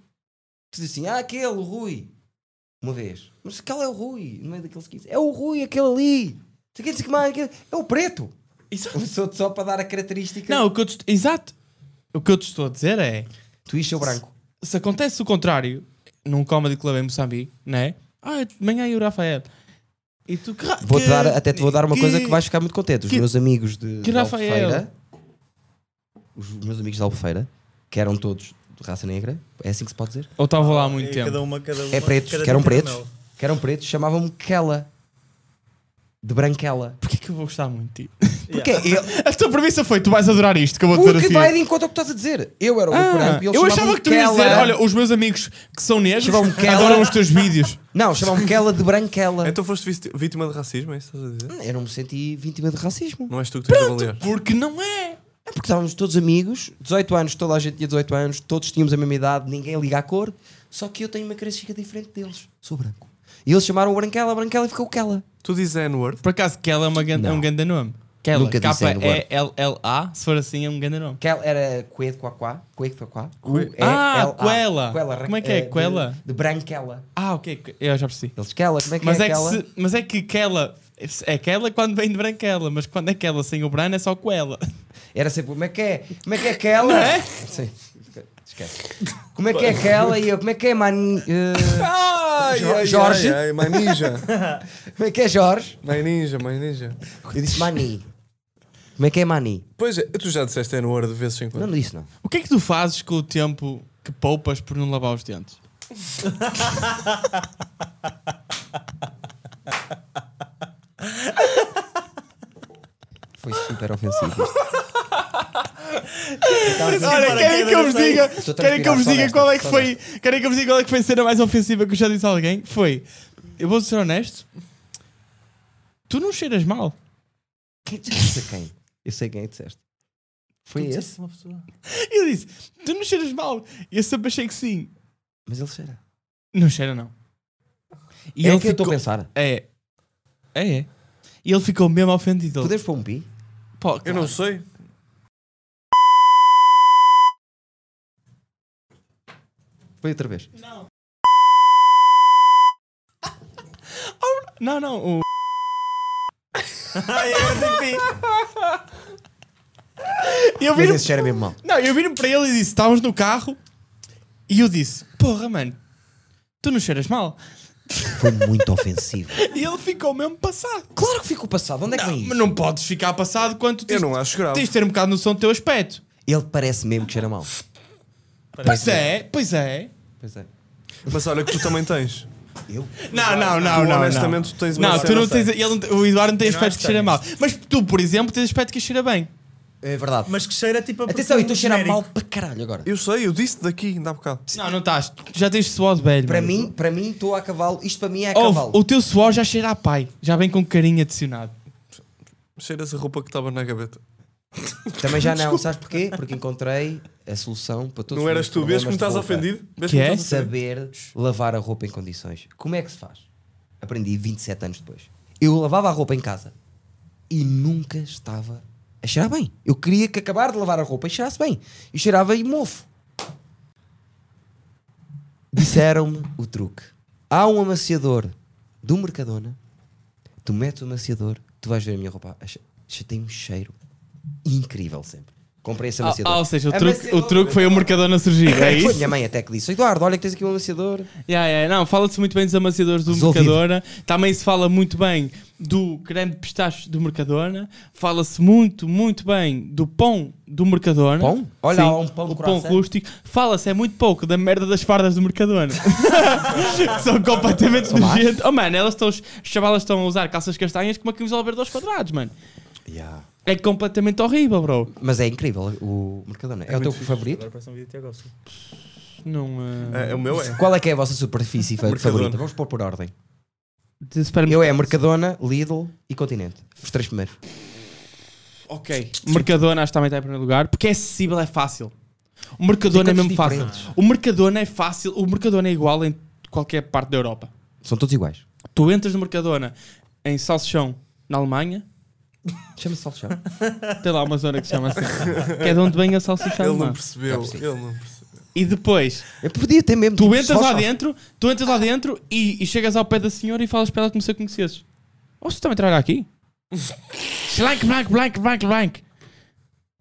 S4: Tu dizes assim, ah, aquele, o Rui. Uma vez. Mas aquele é o Rui, não é daqueles 15. É o Rui, aquele ali. Não sei quem, não sei que mais, aquele- É o preto.
S3: Isso-
S4: Começou só para dar a característica.
S3: Não, o que eu te... Exato. O que eu te estou a dizer é.
S4: Tu isto é o branco.
S3: se acontece o contrário num comedy club em Moçambique, não é? Ah, de manhã aí o Rafael. E tu que,
S4: Vou
S3: que-
S4: -te dar, até te vou dar uma coisa que vais ficar muito contente. Os
S3: que-
S4: meus amigos de,
S3: que
S4: de
S3: Rafael?
S4: Albufeira, os meus amigos de Albufeira, que eram todos de raça negra, é assim que se pode dizer?
S3: Ou estava lá há muito
S6: E
S3: tempo.
S6: Cada uma, cada uma,
S4: É pretos,
S6: cada
S4: que eram
S6: tipo de
S4: pretos,
S6: mel.
S4: que eram pretos, chamavam-me Kela. De branquela.
S3: Porquê que eu vou gostar muito de ti?
S4: Porque ele,
S3: A tua premissa foi: tu vais adorar isto que eu vou dizer
S4: porque
S3: assim.
S4: vai de encontro ao que estás a dizer. Eu era o
S3: Ah,
S4: branco e eles
S3: eu
S4: chamavam-me
S3: achava que tu ias dizer:
S4: Kela.
S3: olha, os meus amigos que são negros
S4: Chamavam-me Kela.
S3: adoram os teus vídeos.
S4: Não, chamavam-me Kela de branquela.
S5: Então foste víti- vítima de racismo, é isso que estás a dizer?
S4: Eu não me senti vítima de racismo.
S5: Não és tu que tens de avaliar.
S3: Porque não é.
S4: É porque estávamos todos amigos, 18 anos, toda a gente tinha 18 anos, todos tínhamos a mesma idade, ninguém liga a cor, só que eu tenho uma característica diferente deles. Sou branco. E eles chamaram o branquela, a branquela e ficou Kela.
S5: Tu dizes N-word?
S3: Por acaso, Kela é, uma ganda, é um
S4: Não.
S3: grande nome. Kela,
S4: Nunca disse N-word.
S3: K-E-L-L-A, se for assim, é um grande nome.
S4: Kela era é Coed Quaquá, Coed Quaquá.
S5: Cue-
S3: Ah,
S4: L-A.
S3: Coela.
S4: Coela,
S3: Como é que é?
S4: eh, de-
S3: Coela?
S4: De, branquela.
S3: Ah, ok, eu já percebi.
S4: Eles Kela, como é que
S3: Mas
S4: é,
S3: é, que
S4: Kela?
S3: se- mas é que aquela é aquela quando vem de branquela, mas quando é aquela sem o Bran é só com ela.
S4: Era sempre, como é que é? Como é que é Kela?
S3: é?
S4: Sim. Esquece. Como é que é Kela? E eu, como é que é Mani... eh,
S5: Ai,
S4: Jo- Jorge?
S5: Ai, ai, my ninja.
S4: como é que é Jorge?
S5: My ninja, my ninja.
S4: Eu disse Mani. Como é que é Mani?
S5: Pois é, tu já disseste é no hora de vezes em
S4: Não,
S5: quando.
S4: não disse não.
S3: O que é que tu fazes com o tempo que poupas por não lavar os dentes?
S4: Foi super ofensivo. isto. Então,
S3: Olha, querem que eu vos diga,
S4: Estou
S3: querem que eu vos
S4: transpirado,
S3: diga
S4: só
S3: qual é
S4: nesta,
S3: que
S4: só
S3: foi, querem que eu vos diga qual é que foi a cena mais ofensiva que eu já disse a alguém? Foi, eu vou ser honesto, tu não cheiras mal.
S4: Quem disse a quem? Eu sei quem é que disseste. Foi esse?
S6: Uma pessoa.
S3: E eu disse, tu não cheiras mal. E eu sempre achei que sim.
S4: Mas ele cheira.
S3: Não cheira não. E
S4: é
S3: ele
S4: o que eu estou a
S3: ficou,
S4: pensar.
S3: é, é, é. E ele ficou mesmo ofendido.
S4: Podemos pôr um pi?
S3: Pô,
S5: Eu
S3: claro.
S5: não sei.
S4: Foi outra vez.
S3: Não, não, o...
S6: Ai, eu tipo,
S3: Eu
S4: Mas
S3: viro,
S4: esse cheira mesmo mal.
S3: não, eu viro para ele e disse, estávamos no carro. E eu disse, porra, mano, tu não cheiras mal.
S4: Foi muito ofensivo.
S3: E ele ficou mesmo passado.
S4: Claro que ficou passado. Onde é que
S3: Não,
S4: vem isso?
S3: mas não podes ficar passado quando tu
S5: Eu
S3: tens-
S5: não acho grave.
S3: Tens de ter um bocado noção do teu aspecto.
S4: Ele parece mesmo que cheira mal.
S3: Pois é, pois é.
S4: Pois é.
S5: Mas olha que tu também tens.
S4: Eu?
S3: Não, não, não,
S5: Tu,
S3: não.
S5: honestamente,
S3: não.
S5: tu tens uma
S3: Não, tu
S5: cena
S3: não tens.
S5: séria.
S3: Ele, não tem- o Eduardo não tem aspecto que
S6: acho
S3: cheira mal. Mas tu, por exemplo, tens aspecto que cheira bem.
S4: É verdade.
S6: Mas que cheira tipo a
S4: Atenção, e estou a cheirar
S6: perfume
S4: mal
S6: genérico.
S4: para caralho agora.
S5: Eu sei, eu disse daqui ainda há bocado.
S3: Não, não estás. Tu Já tens suor de velho.
S4: Para
S3: mano.
S4: mim, para mim, estou a cavalo. Isto para mim é a
S3: Ouve,
S4: cavalo.
S3: o teu suor já cheira a pai. Já vem com carinho adicionado.
S5: Cheiras a roupa que estava na gaveta.
S4: Também já não. Sabes porquê? Porque encontrei a solução para todos
S5: Não
S4: os
S5: eras
S4: meus
S5: tu,
S4: problemas
S5: vês que me
S4: de
S5: estás
S4: roupa.
S5: ofendido? Vês
S3: Que
S5: me
S3: é?
S5: estás ofendido?
S4: Saber lavar a roupa em condições. Como é que se faz? Aprendi 27 anos depois. Eu lavava a roupa em casa e nunca estava a cheirar bem. Eu queria que acabar de lavar a roupa e cheirasse bem. E cheirava e mofo. Disseram-me o truque. Há um amaciador do Mercadona. Tu metes o amaciador, tu vais ver a minha roupa. Acha- acha- Tem um cheiro incrível sempre. Comprei esse
S3: Ah,
S4: amaciador.
S3: ah, ou seja, o truque, o
S4: Amaciador.
S3: truque foi o Mercadona surgir. É
S4: Foi a
S3: isso?
S4: minha mãe até que disse: Eduardo, olha que tens aqui um amaciador.
S3: Yeah, yeah. Não, fala-se muito bem dos amaciadores do
S4: Resolvido.
S3: Mercadona. Também se fala muito bem do creme de pistache do Mercadona. Fala-se muito, muito bem do pão do Mercadona.
S4: Pão? Olha, há um pão
S3: o
S4: de
S3: pão
S4: croissant.
S3: rústico. Fala-se é muito pouco da merda das fardas do Mercadona. São completamente nojento. Oh, mano, elas estão, as chavalas estão a usar calças castanhas com uma camisola verde aos quadrados, mano. É completamente horrível, bro.
S4: Mas é incrível o Mercadona. É, o teu favorito?
S6: Agora parece um vídeo de Tiago Alves.
S4: Hum.
S3: Não, eh,
S5: É, é o meu é.
S4: Qual é que é a vossa superfície fa-
S5: Mercadona.
S4: favorita? Vamos pôr por ordem.
S3: de supermerc-
S4: Eu é Mercadona, Lidl e Continente. Os três primeiros.
S3: Ok. Mercadona acho que também está em primeiro lugar, porque é acessível, é fácil. O Mercadona é
S4: Tem
S3: mesmo
S4: cantos
S3: fácil. O Mercadona é fácil, o Mercadona é igual em qualquer parte da Europa.
S4: São todos iguais.
S3: Tu entras no Mercadona em Salsichão, na Alemanha,
S4: Chama-se Salchão.
S3: tem lá uma zona que se chama assim, que é de onde vem a salsichão
S5: Ele não
S3: alemã.
S5: percebeu.
S3: Ah,
S5: Ele não percebeu.
S3: E depois,
S4: Eu podia ter mesmo.
S3: tu
S4: tipo,
S3: entras lá
S4: Salchão.
S3: dentro, tu entras lá dentro e, e chegas ao pé da senhora e falas para ela como se a conhecesses. Ou se também trabalha aqui? Blank, blank, blank, blank, blank.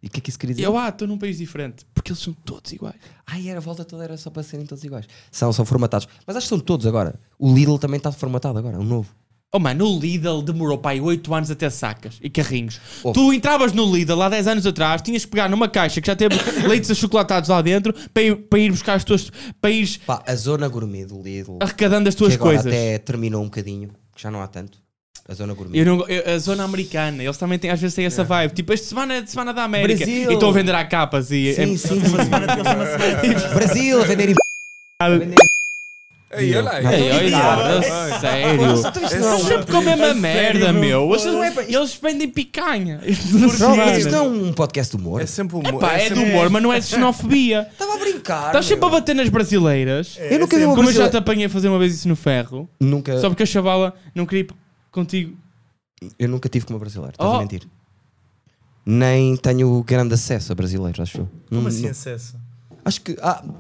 S4: E o que é que isso queria
S3: E
S4: dizer?
S3: eu, ah, estou num país diferente, porque eles são todos iguais.
S4: Ai, era a volta toda, era só para serem todos iguais. São, são formatados. Mas acho que são todos agora. O Lidl também está formatado agora, um novo.
S3: Oh mano, o Lidl demorou para aí 8 anos até sacas e carrinhos.
S4: Oh.
S3: Tu entravas no Lidl há 10 anos atrás, tinhas que pegar numa caixa que já teve leites achocolatados lá dentro para ir, para ir buscar as tuas. para ir
S4: Pá, a zona gourmet do Lidl.
S3: arrecadando as
S4: que
S3: tuas
S4: agora
S3: coisas.
S4: até terminou um bocadinho, que já não há tanto. A zona gourmet.
S3: Eu não- eu- a zona americana, eles também têm, às vezes têm essa vibe. Tipo, esta semana é de semana da América
S4: Brasil.
S3: e estão a vender a capas e.
S4: Sim,
S3: é-
S4: sim, sim. Brasil, a vender em.
S5: Ei, olha é aí.
S3: Ei, olha, Eduardo,
S5: Ai.
S3: sério. Eles sempre comem a mesma merda, meu. Eles, não é- eles vendem picanha.
S4: Prova, Isto não é um podcast de humor.
S5: É sempre humor.
S3: Pá, é do
S5: sempre-
S3: humor, mas não é de xenofobia.
S4: Estava a brincar.
S3: Estás sempre a
S4: Ah, meu. É.
S3: bater nas brasileiras.
S4: Eu É. nunca vi uma
S3: Como eu já
S4: brasileira.
S3: te apanhei a fazer uma vez isso no ferro,
S4: Nunca,
S3: só porque a chavala não queria ir contigo.
S4: Eu nunca tive com uma brasileira. Estás
S3: Oh.
S4: a mentir. Nem tenho grande acesso a brasileiros, acho eu.
S6: Como
S4: Não-
S6: assim
S4: não-
S6: acesso?
S4: Acho que. Ah, como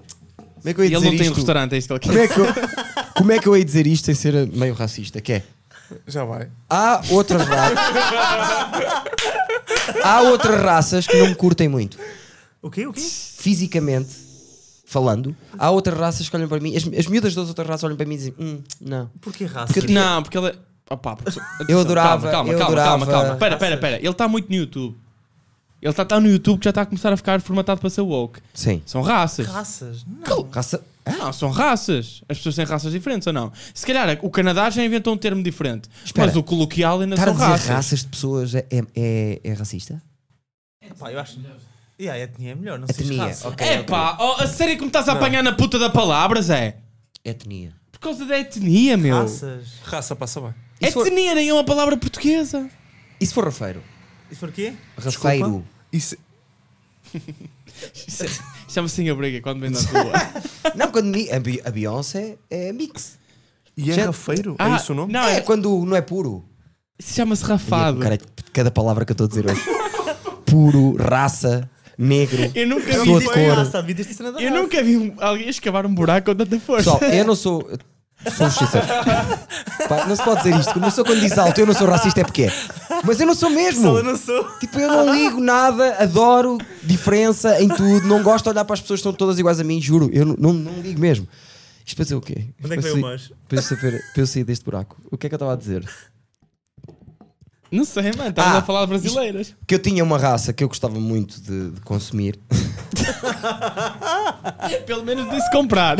S4: é que eu
S3: E
S4: ia
S3: ele
S4: dizer
S3: não tem
S4: isto?
S3: restaurante, é isto que ele
S4: Como
S3: quer.
S4: é, que eu, como é que eu ia dizer isto sem ser meio racista? Que é.
S5: Já vai.
S4: Há outras raças. há outras raças que não me curtem muito.
S6: O quê? O quê?
S4: Fisicamente falando, há outras raças que olham para mim. As, as miúdas das outras raças olham para mim e dizem: Hum, não.
S6: Porquê raça?
S4: Porque-
S3: Não, porque ele é. Opá, porque-
S4: Eu adorava,
S3: Calma, calma,
S4: eu
S3: calma, calma,
S4: adorava.
S3: calma. Pera, pera, pera. Ele está tá muito no YouTube. Ele está tá no YouTube que já está a começar a ficar formatado para ser woke.
S4: Sim.
S3: São raças.
S6: Raças? Não.
S4: Então, Raça.
S3: Não, são raças. As pessoas têm raças diferentes ou não? Se calhar o Canadá já inventou um termo diferente.
S4: Espera.
S3: Mas o coloquial ainda
S4: Estar a
S3: são
S4: dizer raças.
S3: raças.
S4: de pessoas é, é, é racista?
S6: Pá, eu acho. E a etnia é melhor, não sei
S4: Etnia.
S6: raça.
S4: ok.
S3: É pá, oh, a sério que me estás a apanhar na puta da palavra, Zé?
S4: Etnia.
S3: Por causa da etnia, meu.
S6: Raças.
S5: Raça passa bem.
S4: E se for-
S3: Etnia nem é uma palavra portuguesa.
S4: E se for rafeiro?
S6: Isso por quê?
S4: Rafeiro.
S5: Isso,
S3: Isso é- Chama-se em abriga quando vem na rua.
S4: Não, quando mi- a Bi- a Beyoncé é mix.
S5: e é
S4: Gente-
S5: rafeiro?
S3: Ah,
S5: é isso o nome?
S3: Não,
S4: é,
S3: é-
S4: quando não é puro.
S3: Isso chama-se
S4: E é
S3: rafado.
S4: com cara de- cada palavra que eu estou a dizer hoje. puro, raça, negro.
S3: Eu nunca
S4: Sou
S3: vi
S4: de
S3: isso.
S6: Foi
S4: cor.
S6: raça, devia ter sido nada
S3: Eu
S6: raça.
S3: nunca vi um- alguém escavar um buraco com tanta força.
S4: Pessoal, eu não sou. eu Sou justiceiro. Pá, não se pode dizer isto. Não sou quando diz alto, eu não sou racista, é porque é. Mas eu não sou mesmo.
S6: Eu não sou.
S4: Tipo, eu não ligo nada, adoro diferença em tudo. Não gosto de olhar para as pessoas que estão todas iguais a mim, juro. Eu não, não, não ligo mesmo. Isto para dizer o quê?
S6: Onde é que
S4: Para
S6: veio o
S4: sair-
S6: mas?
S4: Para eu, saber, para eu sair deste buraco. O que é que eu estava a dizer?
S3: Não sei, mano. Estávamos
S4: Ah,
S3: a falar de brasileiras.
S4: Que eu tinha uma raça que eu gostava muito de, de consumir.
S3: Pelo menos disse comprar.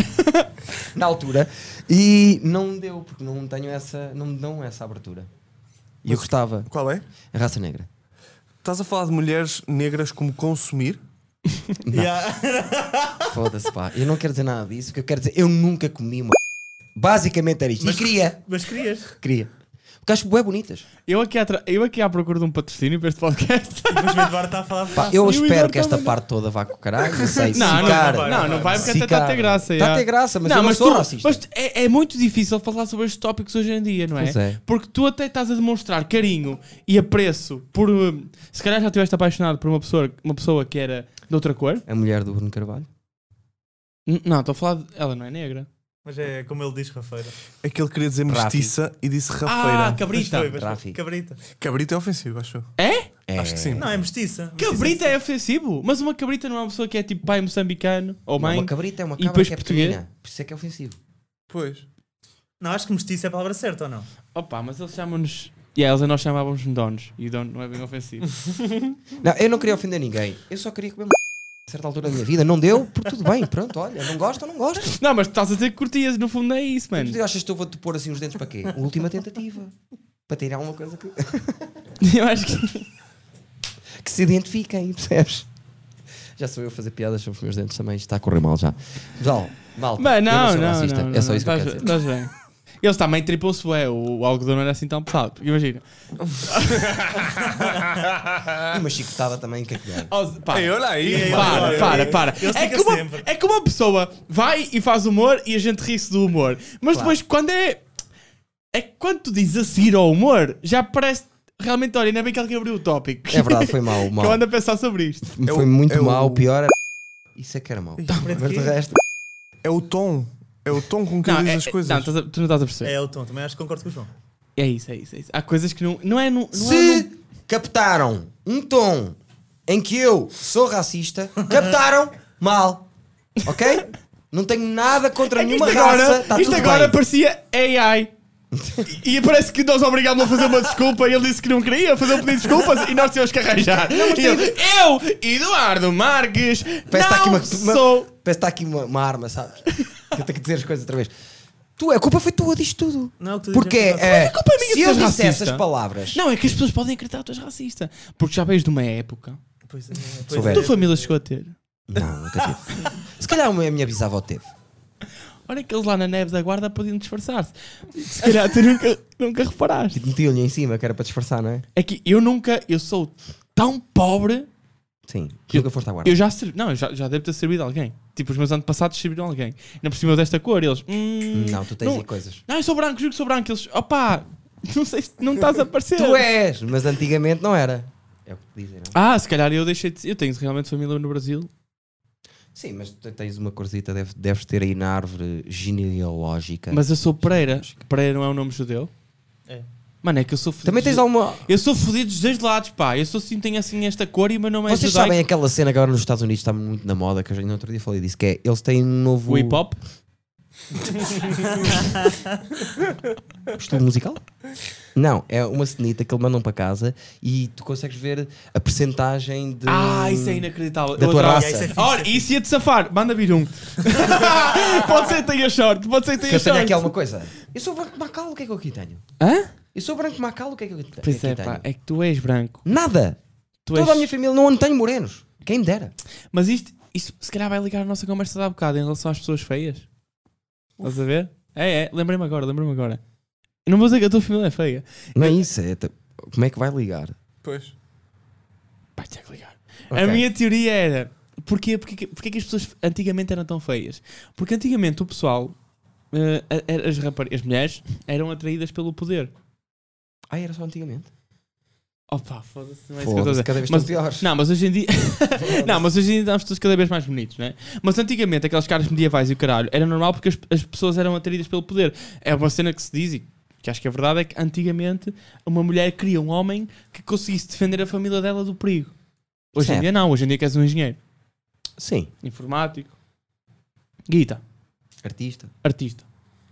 S4: na altura e não deu porque não tenho essa não me dão essa abertura e eu gostava
S5: Qual é?
S4: a raça negra
S5: Estás a falar de mulheres negras como consumir?
S6: Yeah.
S4: foda-se pá eu não quero dizer nada disso o que eu quero dizer eu nunca comi uma basicamente era isto e queria
S6: Mas querias.
S4: queria porque acho bué bonitas
S3: Eu aqui, atra... eu aqui à procura de um patrocínio para este podcast.
S6: E depois o Eduardo está a falar de
S4: Pá,
S6: raça.
S4: eu
S3: E o
S4: espero
S3: Igor
S4: que esta
S3: também não.
S4: parte toda vá com o caralho não sei se
S3: Não, não,
S4: ficar-
S3: vai, não, não vai, porque
S4: se
S3: até está a ter
S4: ficar-
S3: graça.
S4: está Tá a
S3: já.
S4: ter graça mas eu não sou
S3: tu-
S4: racista
S3: mas é, é muito difícil falar sobre estes tópicos hoje em dia, não é?
S4: Pois é.
S3: Porque tu até estás a demonstrar carinho e apreço por. hum, Se calhar já estiveste apaixonado por uma pessoa, uma pessoa que era de outra cor.
S4: é. a mulher do Bruno Carvalho
S3: N- Não, estou a falar de. Ela não é negra.
S6: Mas é como ele diz, Rafeira.
S5: É que ele queria dizer
S4: Rápido.
S5: mestiça e disse
S3: Ah,
S5: rafeira.
S3: cabrita.
S6: Mas foi, mas foi.
S4: Rafi.
S6: Cabrita.
S5: Cabrito é ofensivo, acho eu.
S3: É?
S5: Acho que sim.
S6: Não, é mestiça.
S3: Cabrita é ofensivo. Mas uma cabrita não é uma pessoa que é tipo pai moçambicano ou
S4: Não,
S3: mãe.
S4: uma cabrita é uma
S3: e
S4: cabra
S3: depois
S4: que é
S3: português.
S4: pequenina por isso é que é ofensivo
S5: Pois.
S6: Não, acho que mestiça é a palavra certa ou não?
S3: Opa, mas eles chamam-nos. E yeah, eles a nós chamávamos donos. E dono não é bem ofensivo.
S4: Não, eu não queria ofender ninguém. Eu só queria comer uma a certa altura da minha vida. Não deu, por tudo bem. Pronto, olha, não gosto, não gosto.
S3: não, mas tu estás a dizer que curtias. No fundo, não é isso, mano.
S4: Tu achas que eu vou-te pôr assim os dentes para quê? Última tentativa. Para tirar uma coisa que,
S3: Eu acho que.
S4: que se identifiquem, percebes? Já sou eu a fazer piadas sobre os meus dentes também. Isto Está a correr mal já. Pessoal, malta,
S3: Mas
S4: eu
S3: não,
S4: sou
S3: não,
S4: racista.
S3: não,
S4: é só
S3: não,
S4: isso que eu
S3: estás-
S4: quero dizer.
S3: estás bem. Eles também triplam-se bué, o, o algodão não era assim tão pesado. porque Imagina.
S4: E uma chicotada também, o que é que dá?
S3: Ó, pá,
S5: Ei, olha aí.
S6: Ei, olha
S3: para,
S6: aí.
S3: para, para.
S6: Eles
S3: É
S6: ficam
S3: que, uma,
S6: sempre.
S3: é que uma pessoa vai e faz humor e a gente ri-se do humor. Mas depois, quando é. É que quando tu dizes a seguir ao humor, já parece. Realmente, olha, ainda bem que alguém abriu o tópico.
S4: É verdade, foi mal,
S3: que eu
S4: mal.
S3: ando a pensar sobre isto.
S5: É o-
S4: Foi muito
S5: é o-
S4: mal, o pior era... Isso é que era mal.
S6: preto
S4: Mas de
S6: quê?
S4: resto...
S5: É o tom. É o tom com que
S3: Não,
S5: ele diz
S3: é-
S5: as
S3: é-
S5: coisas.
S3: não, estás a- tu não estás a perceber.
S6: É o tom, também acho que concordo com o João.
S3: É, isso, é isso, é isso. Há coisas que não. Não é. Não, não é
S4: Se captaram um tom em que eu sou racista, captaram mal. Ok? Não tenho nada contra
S3: É que
S4: nenhuma
S3: isto agora,
S4: raça. Tá
S3: isto
S4: tudo
S3: agora
S4: bem.
S3: parecia AI. E, e parece que nós obrigámos a fazer uma desculpa e ele disse que não queria fazer um pedido de desculpas e nós tínhamos que arranjar. E ele, eu, Eduardo Marques,
S4: Parece que tá
S3: não
S4: aqui uma, uma-
S3: sou...
S4: parece que tá aqui uma, uma arma, sabes? Que eu tenho que dizer as coisas outra vez. Tu, a culpa foi tua disto tudo.
S6: Não, é o que tu dizes,
S4: Porque
S6: é verdade.
S4: é,
S3: A culpa é minha
S4: se
S3: de
S4: eu
S3: seres
S4: dissesse
S3: racista.
S4: as palavras,
S3: Não, é que as pessoas podem acreditar que tu és racista. Porque já vens de uma época.
S6: Pois é, pois
S4: Souber.
S6: é.
S3: Tu família chegou a ter.
S4: não, nunca tive. se calhar uma- a minha bisavó teve.
S3: Olha que eles lá na Neves da Guarda podiam disfarçar-se. Se calhar tu nunca, nunca reparaste.
S4: Tipo, metiam-lhe em cima, que era para disfarçar, não é?
S3: É que eu nunca, eu sou tão pobre
S4: Sim, que
S3: Eu-
S4: nunca foste à guarda.
S3: Eu já servi, não, eu já, já devo ter servido a alguém. Tipo, os meus antepassados serviram a alguém. Ainda por cima desta cor, eles. "Hum,
S4: Não, tu tens
S3: não,
S4: aí coisas.
S3: Não, eu sou branco, juro que sou branco. Eles. Opá, não sei se não estás a parecer.
S4: Tu é. és, mas antigamente não era. É o que te dizem, não é?
S3: Ah, se calhar eu deixei de ser. Eu tenho realmente família no Brasil.
S4: Sim, mas tu tens uma coisita, deve- deves ter aí na árvore genealógica.
S3: Mas eu sou Pereira. Pereira não é um nome judeu?
S6: É.
S3: Mano, é que eu sou fudido.
S4: Também tens alguma.
S3: Eu sou fodido dos dois lados, pá. Eu sou assim, tenho assim esta cor e o meu nome é
S4: Vocês
S3: judaico.
S4: sabem aquela cena que agora nos Estados Unidos está muito na moda, que eu já no outro dia falei disso, que é eles têm um novo
S3: O hip hop?
S4: estilo musical? Não, é uma cenita que ele mandam para casa e tu consegues ver a percentagem de.
S3: Ah, isso é inacreditável.
S4: Da
S3: Eu
S4: tua
S3: adorava.
S4: raça.
S6: Isso é fixe,
S3: Olha, isso ia-te safar. Manda vir um. pode ser que tenha short. Pode ser que
S4: Que
S3: tenha
S4: eu tenho
S3: short.
S4: aqui alguma coisa. Eu sou branco macalo, o que é que eu aqui tenho?
S3: Hã?
S4: Eu sou branco macalo, o que é que eu aqui te-
S3: Pois
S4: aqui
S3: é,
S4: tenho?
S3: pá. É que tu és branco.
S4: Nada!
S3: Tu
S4: Toda
S3: és...
S4: a minha família não tenho morenos. Quem me dera.
S3: Mas isto, isto se calhar vai ligar a nossa conversa de há bocado em relação às pessoas feias. Estás a ver? É, é. Lembrei-me agora, lembrei-me agora. Eu não vou dizer que a tua família é feia.
S4: Não é isso, é. t- Como é que vai ligar?
S5: Pois.
S3: Vai ter que ligar. A
S4: Ok.
S3: minha teoria era: porquê, porquê, que- porquê que as pessoas antigamente eram tão feias? Porque antigamente o pessoal, eh, a- a- as, rapar- as mulheres, eram atraídas pelo poder.
S4: Ah, era só antigamente.
S3: Opa, foda-se, não é isso que eu estou a
S4: Foda-se,
S3: dizer.
S4: cada vez
S3: Mas-
S4: estão piores.
S3: Não, mas hoje em dia. não, mas hoje em dia estamos todos cada vez mais bonitos, não é? Mas antigamente, aquelas caras medievais e o caralho, era normal porque as, as pessoas eram atraídas pelo poder. É uma cena que se diz e que acho que é verdade: é que antigamente uma mulher queria um homem que conseguisse defender a família dela do perigo. Hoje em
S4: Certo.
S3: dia não, hoje em dia queres um engenheiro,
S4: Sim,
S3: informático, guita,
S4: artista.
S3: artista.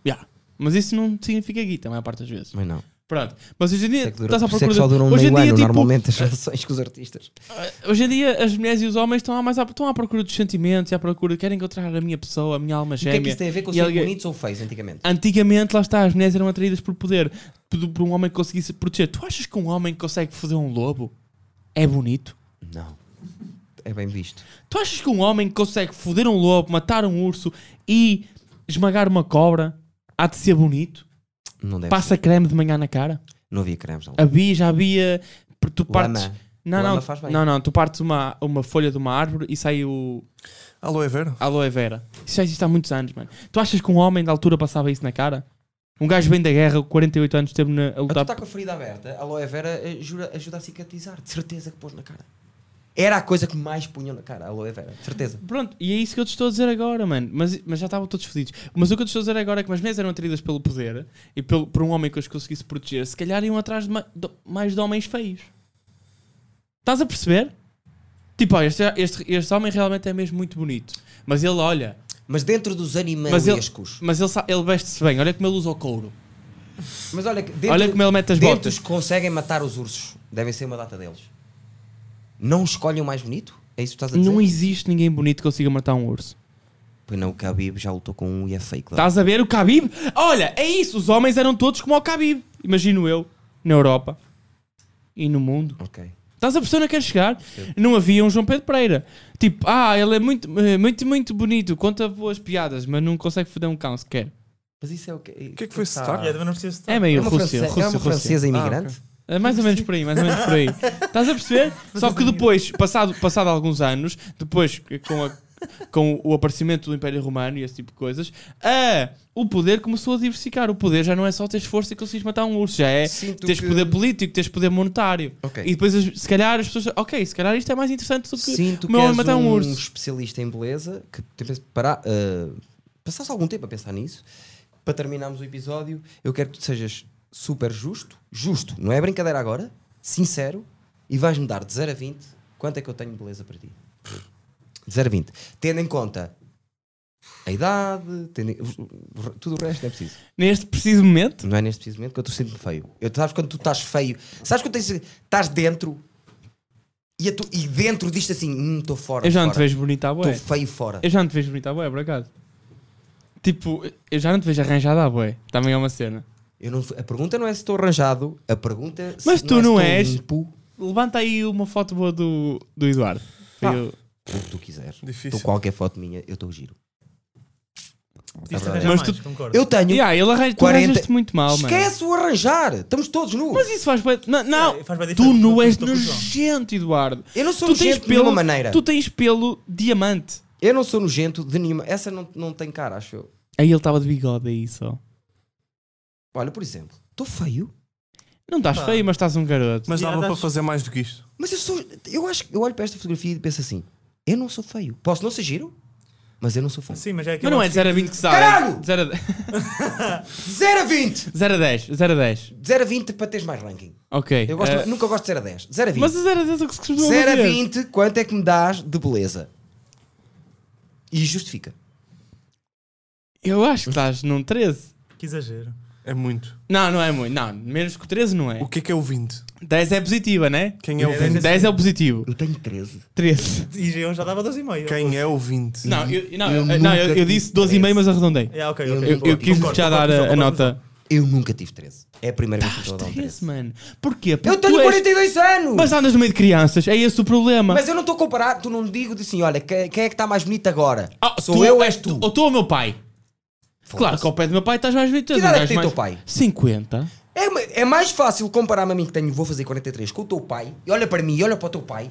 S3: Yeah. Mas isso não significa guita, a maior parte das vezes.
S4: Mas não.
S3: Pronto. Mas hoje em dia.
S4: É que dura,
S3: estás à
S4: por isso é que
S3: procura
S4: só
S3: de-
S4: duram
S3: hoje em
S4: meio
S3: dia,
S4: ano
S3: tipo,
S4: normalmente as relações com os artistas.
S3: Ah, Hoje em dia as mulheres e os homens estão mais à, estão à procura dos sentimentos, e à procura, querem encontrar a minha pessoa, a minha alma
S4: O que
S3: gêmea.
S4: é que isso tem a ver com
S3: E
S4: ser
S3: alguém-
S4: bonitos ou feios antigamente?
S3: Antigamente, lá está, as mulheres eram atraídas por poder, por, por um homem que conseguisse proteger. Tu achas que um homem que consegue fazer um lobo é bonito?
S4: Não. É bem visto.
S3: Tu achas que um homem que consegue foder um lobo, matar um urso e esmagar uma cobra há de ser bonito?
S4: Não deve
S3: Passa creme de manhã na cara?
S4: Não havia cremes. não.
S3: Havia, já havia. Tu
S4: Lama.
S3: partes. Não,
S4: Lama
S3: não,
S4: faz bem.
S3: não, não, tu partes uma, uma folha de uma árvore e sai o,
S5: Alô, é Vera?
S3: Aloe vera. Isso já existe há muitos anos, mano. Tu achas que um homem da altura passava isso na cara? Um gajo vem da guerra, com 48 anos, esteve na, a
S4: Ah, tu
S3: lutar.
S4: está com a ferida aberta, a aloe vera eh, jura- ajuda a cicatrizar, de certeza que pôs na cara. Era a coisa que mais punham na cara, a aloe vera, de certeza.
S3: Pronto, e é isso que eu te estou a dizer agora, mano. Mas, mas já estavam todos fodidos. Mas o que eu te estou a dizer agora é que as mulheres eram atraídas pelo poder e pelo, por um homem que os conseguisse proteger. Se calhar iam atrás de ma- de- mais de homens feios. Estás a perceber? Tipo, ó, este, este, este homem realmente é mesmo muito bonito. Mas ele, olha,
S4: Mas dentro dos
S3: mas ele,
S4: animalescos.
S3: mas ele, sa- ele veste-se bem. Olha como ele usa o couro.
S4: Mas, olha, que dentro,
S3: olha como ele mete as
S4: dentro
S3: botas.
S4: os que conseguem matar os ursos, devem ser uma data deles. Não escolhem o mais bonito? É isso que estás a dizer?
S3: Não existe ninguém bonito que consiga matar um urso.
S4: Pois não, o Khabib já lutou com um e é fake. Claro.
S3: Tá. Estás a ver o Khabib? Olha, é isso. Os homens eram todos como o Khabib. Imagino eu. Na Europa. E no mundo.
S4: Ok.
S3: Estás a perceber onde eu quero chegar? Não havia um João Pedro Pereira. Tipo, ah, ele é muito, eh, muito, muito bonito. Conta boas piadas, mas não consegue foder um cão sequer.
S4: Mas isso é o que...
S5: O que é que foi Ah, esse sotaque?
S6: Yeah, também não preciso de
S3: É
S4: É
S3: meio
S4: uma,
S3: Rússia.
S4: francesa, é
S3: Rússia,
S4: uma
S3: Rússia.
S4: francesa imigrante?
S3: É mais ou menos por aí, mais ou menos por aí. Estás a perceber? Só
S4: assim,
S3: que depois, passado, passado alguns anos, depois que com, a- com o aparecimento do Império Romano e esse tipo de coisas, ah, o poder começou a diversificar. O poder já não é só teres força e conseguires matar um urso, já é
S4: Sinto
S3: teres
S4: que-
S3: poder político, teres poder monetário.
S4: Ok.
S3: E depois, as- se calhar, as pessoas. Ok, se calhar isto é mais interessante do que
S4: Sinto
S3: o
S4: que
S3: meu homem
S4: és
S3: matar um,
S4: um,
S3: urso.
S4: especialista em beleza que teve- para, ah, passaste algum tempo a pensar nisso. Para terminarmos o episódio, eu quero que tu sejas super justo, justo, não é brincadeira agora, sincero, e vais-me dar de 0 a 20 quanto é que eu tenho de beleza para ti. De 0 a 20. Tendo em conta a idade, tendo em- tudo o resto não é preciso.
S3: Neste preciso momento,
S4: Não é neste preciso momento que eu estou sinto-me feio. Eu, sabes quando tu estás feio? Sabes quando tens, estás dentro e, a tu- e dentro disto assim, hum, estou fora.
S3: eu já não te
S4: fora.
S3: vejo bonito à boé.
S4: Estou feio fora.
S3: Eu já não te vejo bonito à boé, por acaso. Tipo, eu já não te vejo arranjado à boé. Também é uma cena.
S4: Eu não, a pergunta não é se estou arranjado, a pergunta é se
S3: Mas tu não
S4: é
S3: és.
S4: se estou limpo,
S3: Levanta aí uma foto boa do, do Eduardo. Foi eu-
S4: como tu quiseres.
S5: Difícil.
S4: Tu qualquer foto minha, eu estou giro.
S6: Preciso de
S4: Mas
S6: arranjar mais,
S3: tu-
S6: concordo.
S4: Eu tenho.
S3: Yeah, ele arranja,
S4: 40
S3: tu arranjas-te muito mal, mano.
S4: Esquece o arranjar. Estamos todos nus.
S3: Mas isso faz bem. Não, não.
S6: É, faz bué
S3: tu
S6: diferente do
S3: nu
S6: que eu
S3: és
S6: estou com o João.
S3: nojento, Eduardo.
S4: eu não sou
S3: Tu tens
S4: nojento de
S3: pelo.
S4: nenhuma maneira.
S3: Tu tens pelo diamante.
S4: Eu não sou nojento de nenhuma. Essa não, não tem cara, acho eu.
S3: Aí ele estava de bigode aí só.
S4: Olha, por exemplo, estou feio.
S3: Não estás
S6: Pá.
S3: feio, mas estás um garoto.
S5: Mas
S6: Já
S5: dava para
S6: das-
S5: fazer mais do que isto.
S4: Mas eu sou. Eu acho que eu olho para esta fotografia e penso assim: eu não sou feio. Posso não ser giro, mas eu não sou feio.
S6: Sim, mas é
S3: Mas
S6: aquele
S3: não é de
S6: outfit-
S3: 0 a 20 que sai.
S4: Caralho!
S3: 0 a
S4: 0 a 20!
S3: 0 a 10. 0 a 10.
S4: De 0 a 20 para teres mais ranking.
S3: Ok.
S4: Eu gosto-
S3: Eh,
S4: nunca gosto de 0 a 10. 0 a 20.
S3: mas a 0 a 10 é o que se costuma
S4: 0 a
S3: fazer.
S4: 20, quanto é que me dás de beleza? E justifica.
S3: Eu acho que estás num 13.
S6: Que exagero.
S5: É muito.
S3: Não, não é muito. Não, menos que 13 não é.
S5: O que é que é o 20?
S3: 10 é positiva, né?
S5: Quem é o 20?
S3: 10 é o positivo.
S4: Eu tenho 13.
S3: 13.
S6: E eu já dava 12,5.
S5: Quem é o 20?
S3: Não, eu, não, eu,
S4: Eu
S3: não,
S4: nunca
S3: eu, eu disse
S4: tive
S3: 12,5, mas arredondei.
S6: É, ok,
S4: Eu-
S6: ok.
S3: Eu, eu
S6: concordo,
S3: quis
S6: concordo,
S3: já dar
S6: concordo,
S3: a, a
S6: concordo.
S3: nota.
S4: Eu nunca tive 13. É a primeira vez que estou a dar um 13.
S3: 13, mano. Porquê? Porque
S4: Eu tenho um.
S3: tu és-
S4: 42 anos!
S3: Mas
S4: Mas,
S3: andas no meio de crianças, é esse o problema.
S4: eu não estou a comparar, tu não digo de assim, olha, que- quem é que está mais bonito agora?
S3: Ah,
S4: Sou
S3: tu-
S4: eu ou és tu?
S3: Ou tu ou o meu pai?
S4: Foda-se.
S3: Claro que ao pé do meu pai estás mais vitória.
S4: Que idade é que tem teu pai?
S3: 50.
S4: É, ma- é mais fácil comparar-me a mim que tenho, vou fazer 43, com o teu pai, e olha para mim, e olha para o teu pai,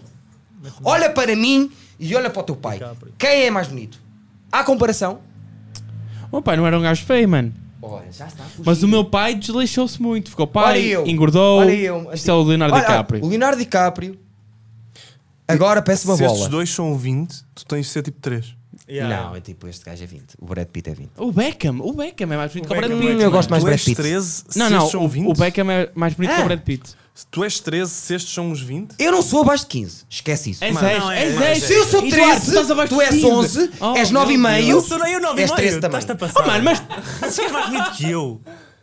S4: olha para mim e olha para o teu pai.
S6: DiCaprio.
S4: Quem é mais bonito? Há comparação?
S3: O meu pai não era um gajo feio, mano.
S4: Olha, já está a fugir.
S3: Mas o meu pai desleixou-se muito. Ficou
S4: Olha
S3: pai,
S4: eu,
S3: engordou.
S4: olha eu.
S3: Isto é o Leonardo
S4: Olha,
S3: DiCaprio.
S4: O Leonardo DiCaprio. Agora peço uma
S5: Se
S4: bola.
S5: estes dois são 20, tu tens de ser tipo 3.
S6: Yeah.
S4: Não, é tipo, este gajo é 20. O Brad Pitt é 20.
S3: O Beckham. O Beckham é mais bonito
S6: O
S3: que o Brad
S6: Beckham
S3: Pitt.
S6: é
S3: mano.
S4: Eu gosto mais
S5: tu
S4: de Brad
S5: és
S4: Pitt.
S5: 13, se
S3: Não,
S5: estes
S3: não.
S5: são 20.
S3: O, o Beckham é mais bonito que
S4: Ah.
S3: o Brad Pitt.
S5: Se tu és 13, se estes são os 20,
S4: Eu não sou abaixo de 15. Esquece isso.
S3: És
S6: Mano,
S3: 10.
S6: não, é-
S3: És
S6: mas
S3: 10.
S4: Se eu sou 13, tu és 11, és 9,5.
S6: Eu sou eu 9,5.
S4: És 13 também.
S6: Estás-te a passar.
S3: Oh, mano, mas
S6: Acho que és mais bonito que eu.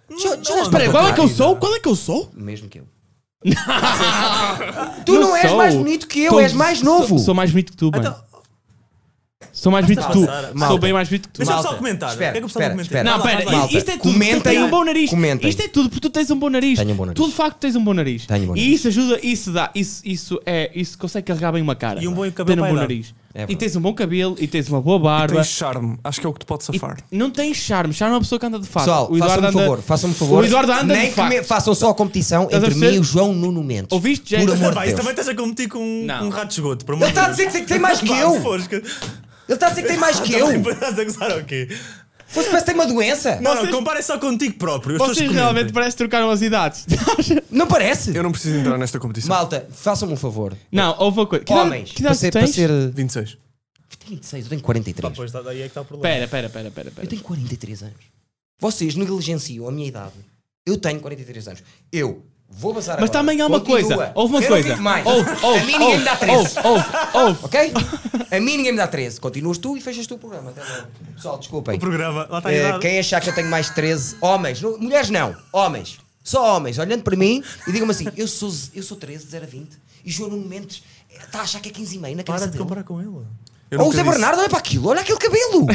S4: Deixa- deixa-
S3: espera, aí, qual é que eu sou? Qual é que eu sou?
S4: Mesmo que eu. tu não, és
S3: sou.
S4: mais bonito que eu,
S3: Tô-
S4: és mais novo.
S3: Sou, sou mais bonito que tu, mano.
S6: Então,
S3: sou mais bonito que tu.
S6: passar,
S3: sou
S4: malta.
S3: bem mais bonito que tu.
S6: Deixa-me
S4: Malta,
S6: só comentar.
S4: espera,
S6: O que é que o pessoal
S4: espera,
S6: comenta?
S4: espera.
S3: Não,
S6: Vai lá,
S3: pera,
S6: vai lá.
S4: malta,
S3: isto é tudo porque tu
S4: comentem,
S3: tens um bom nariz.
S4: comentem.
S3: Isto é tudo porque tu tens um bom nariz.
S4: Tenho um bom nariz.
S3: Tu de facto tens um bom nariz.
S4: Tenho um bom
S3: E
S4: nariz.
S3: isso ajuda, isso dá, isso, isso é, isso consegue carregar bem uma cara.
S6: E um bom cabelo
S3: Ter um
S6: vai
S3: bom
S6: dar.
S3: nariz.
S4: É
S3: e
S4: verdade.
S3: tens um bom cabelo, e tens uma boa barba.
S5: tens charme. Acho que é o que te pode
S3: E
S5: safar.
S3: não tens charme, charme é uma pessoa que anda de fato.
S4: Pessoal,
S3: o Eduardo
S4: façam-me um
S3: anda...
S4: favor, façam-me um favor.
S3: O Eduardo anda
S4: Nem
S3: de
S4: que me-
S3: facto.
S4: façam só a competição
S3: Estás a
S4: entre mim
S3: perceber?
S4: e o João Nuno Mendes.
S3: Ouviste,
S4: Por
S3: gente?
S4: amor
S6: Pá,
S4: de
S6: isso
S4: Deus.
S6: também estás a competir com um,
S3: Não.
S6: um rato de esgoto. Por
S4: Ele está a dizer que tem- tem mais que eu. Ele está a dizer que tem mais que eu.
S6: Então, Estás a gozar ou quê?
S4: Fosse parece que tem uma doença. Não,
S6: Não, não,
S3: Vocês-
S6: compara só contigo próprio. As
S3: Vocês
S6: pessoas
S3: realmente
S6: comentem.
S3: parece que trocaram as idades.
S4: parece.
S5: Eu não preciso entrar nesta competição.
S4: Malta, façam-me um favor.
S3: não, houve uma coisa. Que idade-
S4: Homens,
S3: que
S4: para
S3: idade
S4: ser,
S3: tu
S4: para
S3: tens?
S4: ser. Eu
S5: 26.
S4: tenho 26, eu tenho
S6: Pá,
S4: 43.
S6: pois, tá- daí é que está o problema.
S3: Pera, pera, pera, pera. pera.
S4: Eu tenho 43 anos. Vocês negligenciam a minha idade. Eu tenho 43 anos. Eu vou passar
S3: Mas
S4: agora.
S3: também há uma
S4: Continua.
S3: coisa. Houve uma
S4: Eu não
S3: coisa.
S4: digo mais.
S3: Houve, houve,
S4: a mim ninguém me dá 13.
S3: houve, houve, houve.
S4: Ok? A mim ninguém me dá 13. Continuas tu e fechas tu o programa. Até logo. Pessoal, desculpem.
S6: O programa, tá lá está a
S4: Eh,
S6: idade.
S4: quem achar que eu tenho mais 13, homens, não- mulheres não, homens, só homens, olhando para mim e digam-me assim: eu sou, z- eu sou 13, 0 a 20, e João Nuno Mendes está a achar que é 15 e meio na
S6: Para
S4: cabeça
S6: de
S4: dele.
S6: comparar com ele.
S5: Eu
S4: Ou o
S5: nunca
S4: Zé
S5: disse-
S4: Bernardo, olha para aquilo, olha aquele cabelo,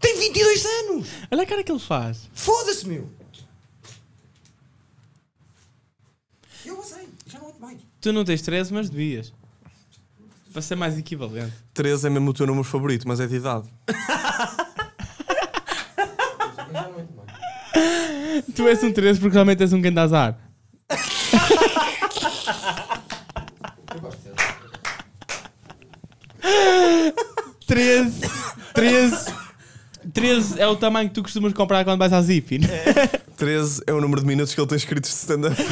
S4: tem 22 anos,
S3: Olha a cara que ele faz.
S4: foda-se, meu. Eu passei, já não aguento mais.
S3: Tu não tens 13, mas devias. Para ser mais equivalente.
S5: 13 é mesmo o teu número favorito, mas é de idade.
S3: Tu és um 13 porque realmente és um grande azar. Treze, 13, 13 é o tamanho que tu costumas comprar quando vais à Zip.
S5: 13 é o número de minutos que ele tem escrito de stand-up.
S4: Já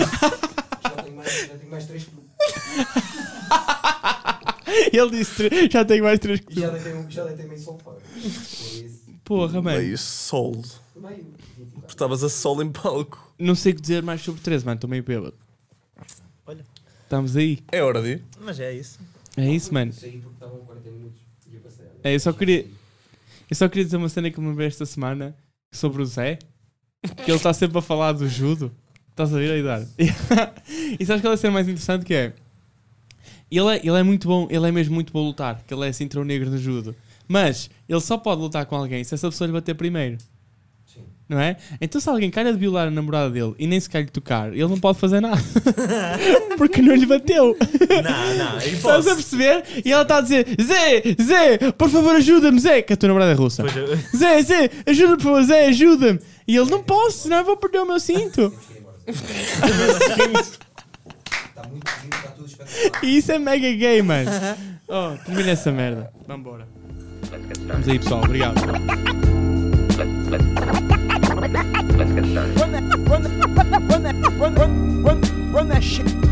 S4: tenho mais, já tenho mais 3
S3: Ele disse: "Tre- Já tenho mais 3
S4: já deitei, um, já deitei meio sol fora.
S3: Porra, mano.
S5: Meio sol. Porque estavas a sol em palco.
S3: Não sei o que dizer mais sobre 13, mano. Estou meio bêbado.
S6: Olha.
S3: Estamos aí.
S5: É hora de ir.
S6: Mas é isso.
S3: É isso, mano. É, eu só queria. Eu só queria dizer uma cena que me lembrei esta semana sobre o Zé. Que ele está sempre a falar do judo. Estás a ver a idade? e sabes qual é a cena mais interessante que é? Ele, é? ele é muito bom, ele é mesmo muito bom a lutar, que ele é cinturão negro no judo. Mas ele só pode lutar com alguém se essa pessoa lhe bater primeiro. Não é? Então se alguém calha de violar a namorada dele e nem se calha de tocar, ele não pode fazer nada. Porque não lhe bateu.
S6: Não, não, é
S3: Estás a
S6: impossível.
S3: perceber? E ela está a dizer: Zé, Zé, por favor, ajuda-me, Zé, que a tua namorada é russa.
S6: Pois é.
S3: Zé, Zé, ajuda-me, por favor, Zé, ajuda-me. E ele: Não posso, senão eu vou perder o meu cinto.
S4: Está muito bonito, está tudo espetacular.
S3: E isso é mega gay, mano. Oh, termina essa merda. Vambora. Vamos aí, pessoal, obrigado.
S2: Run that, run that, run that, run that, run, run, run, run that shit.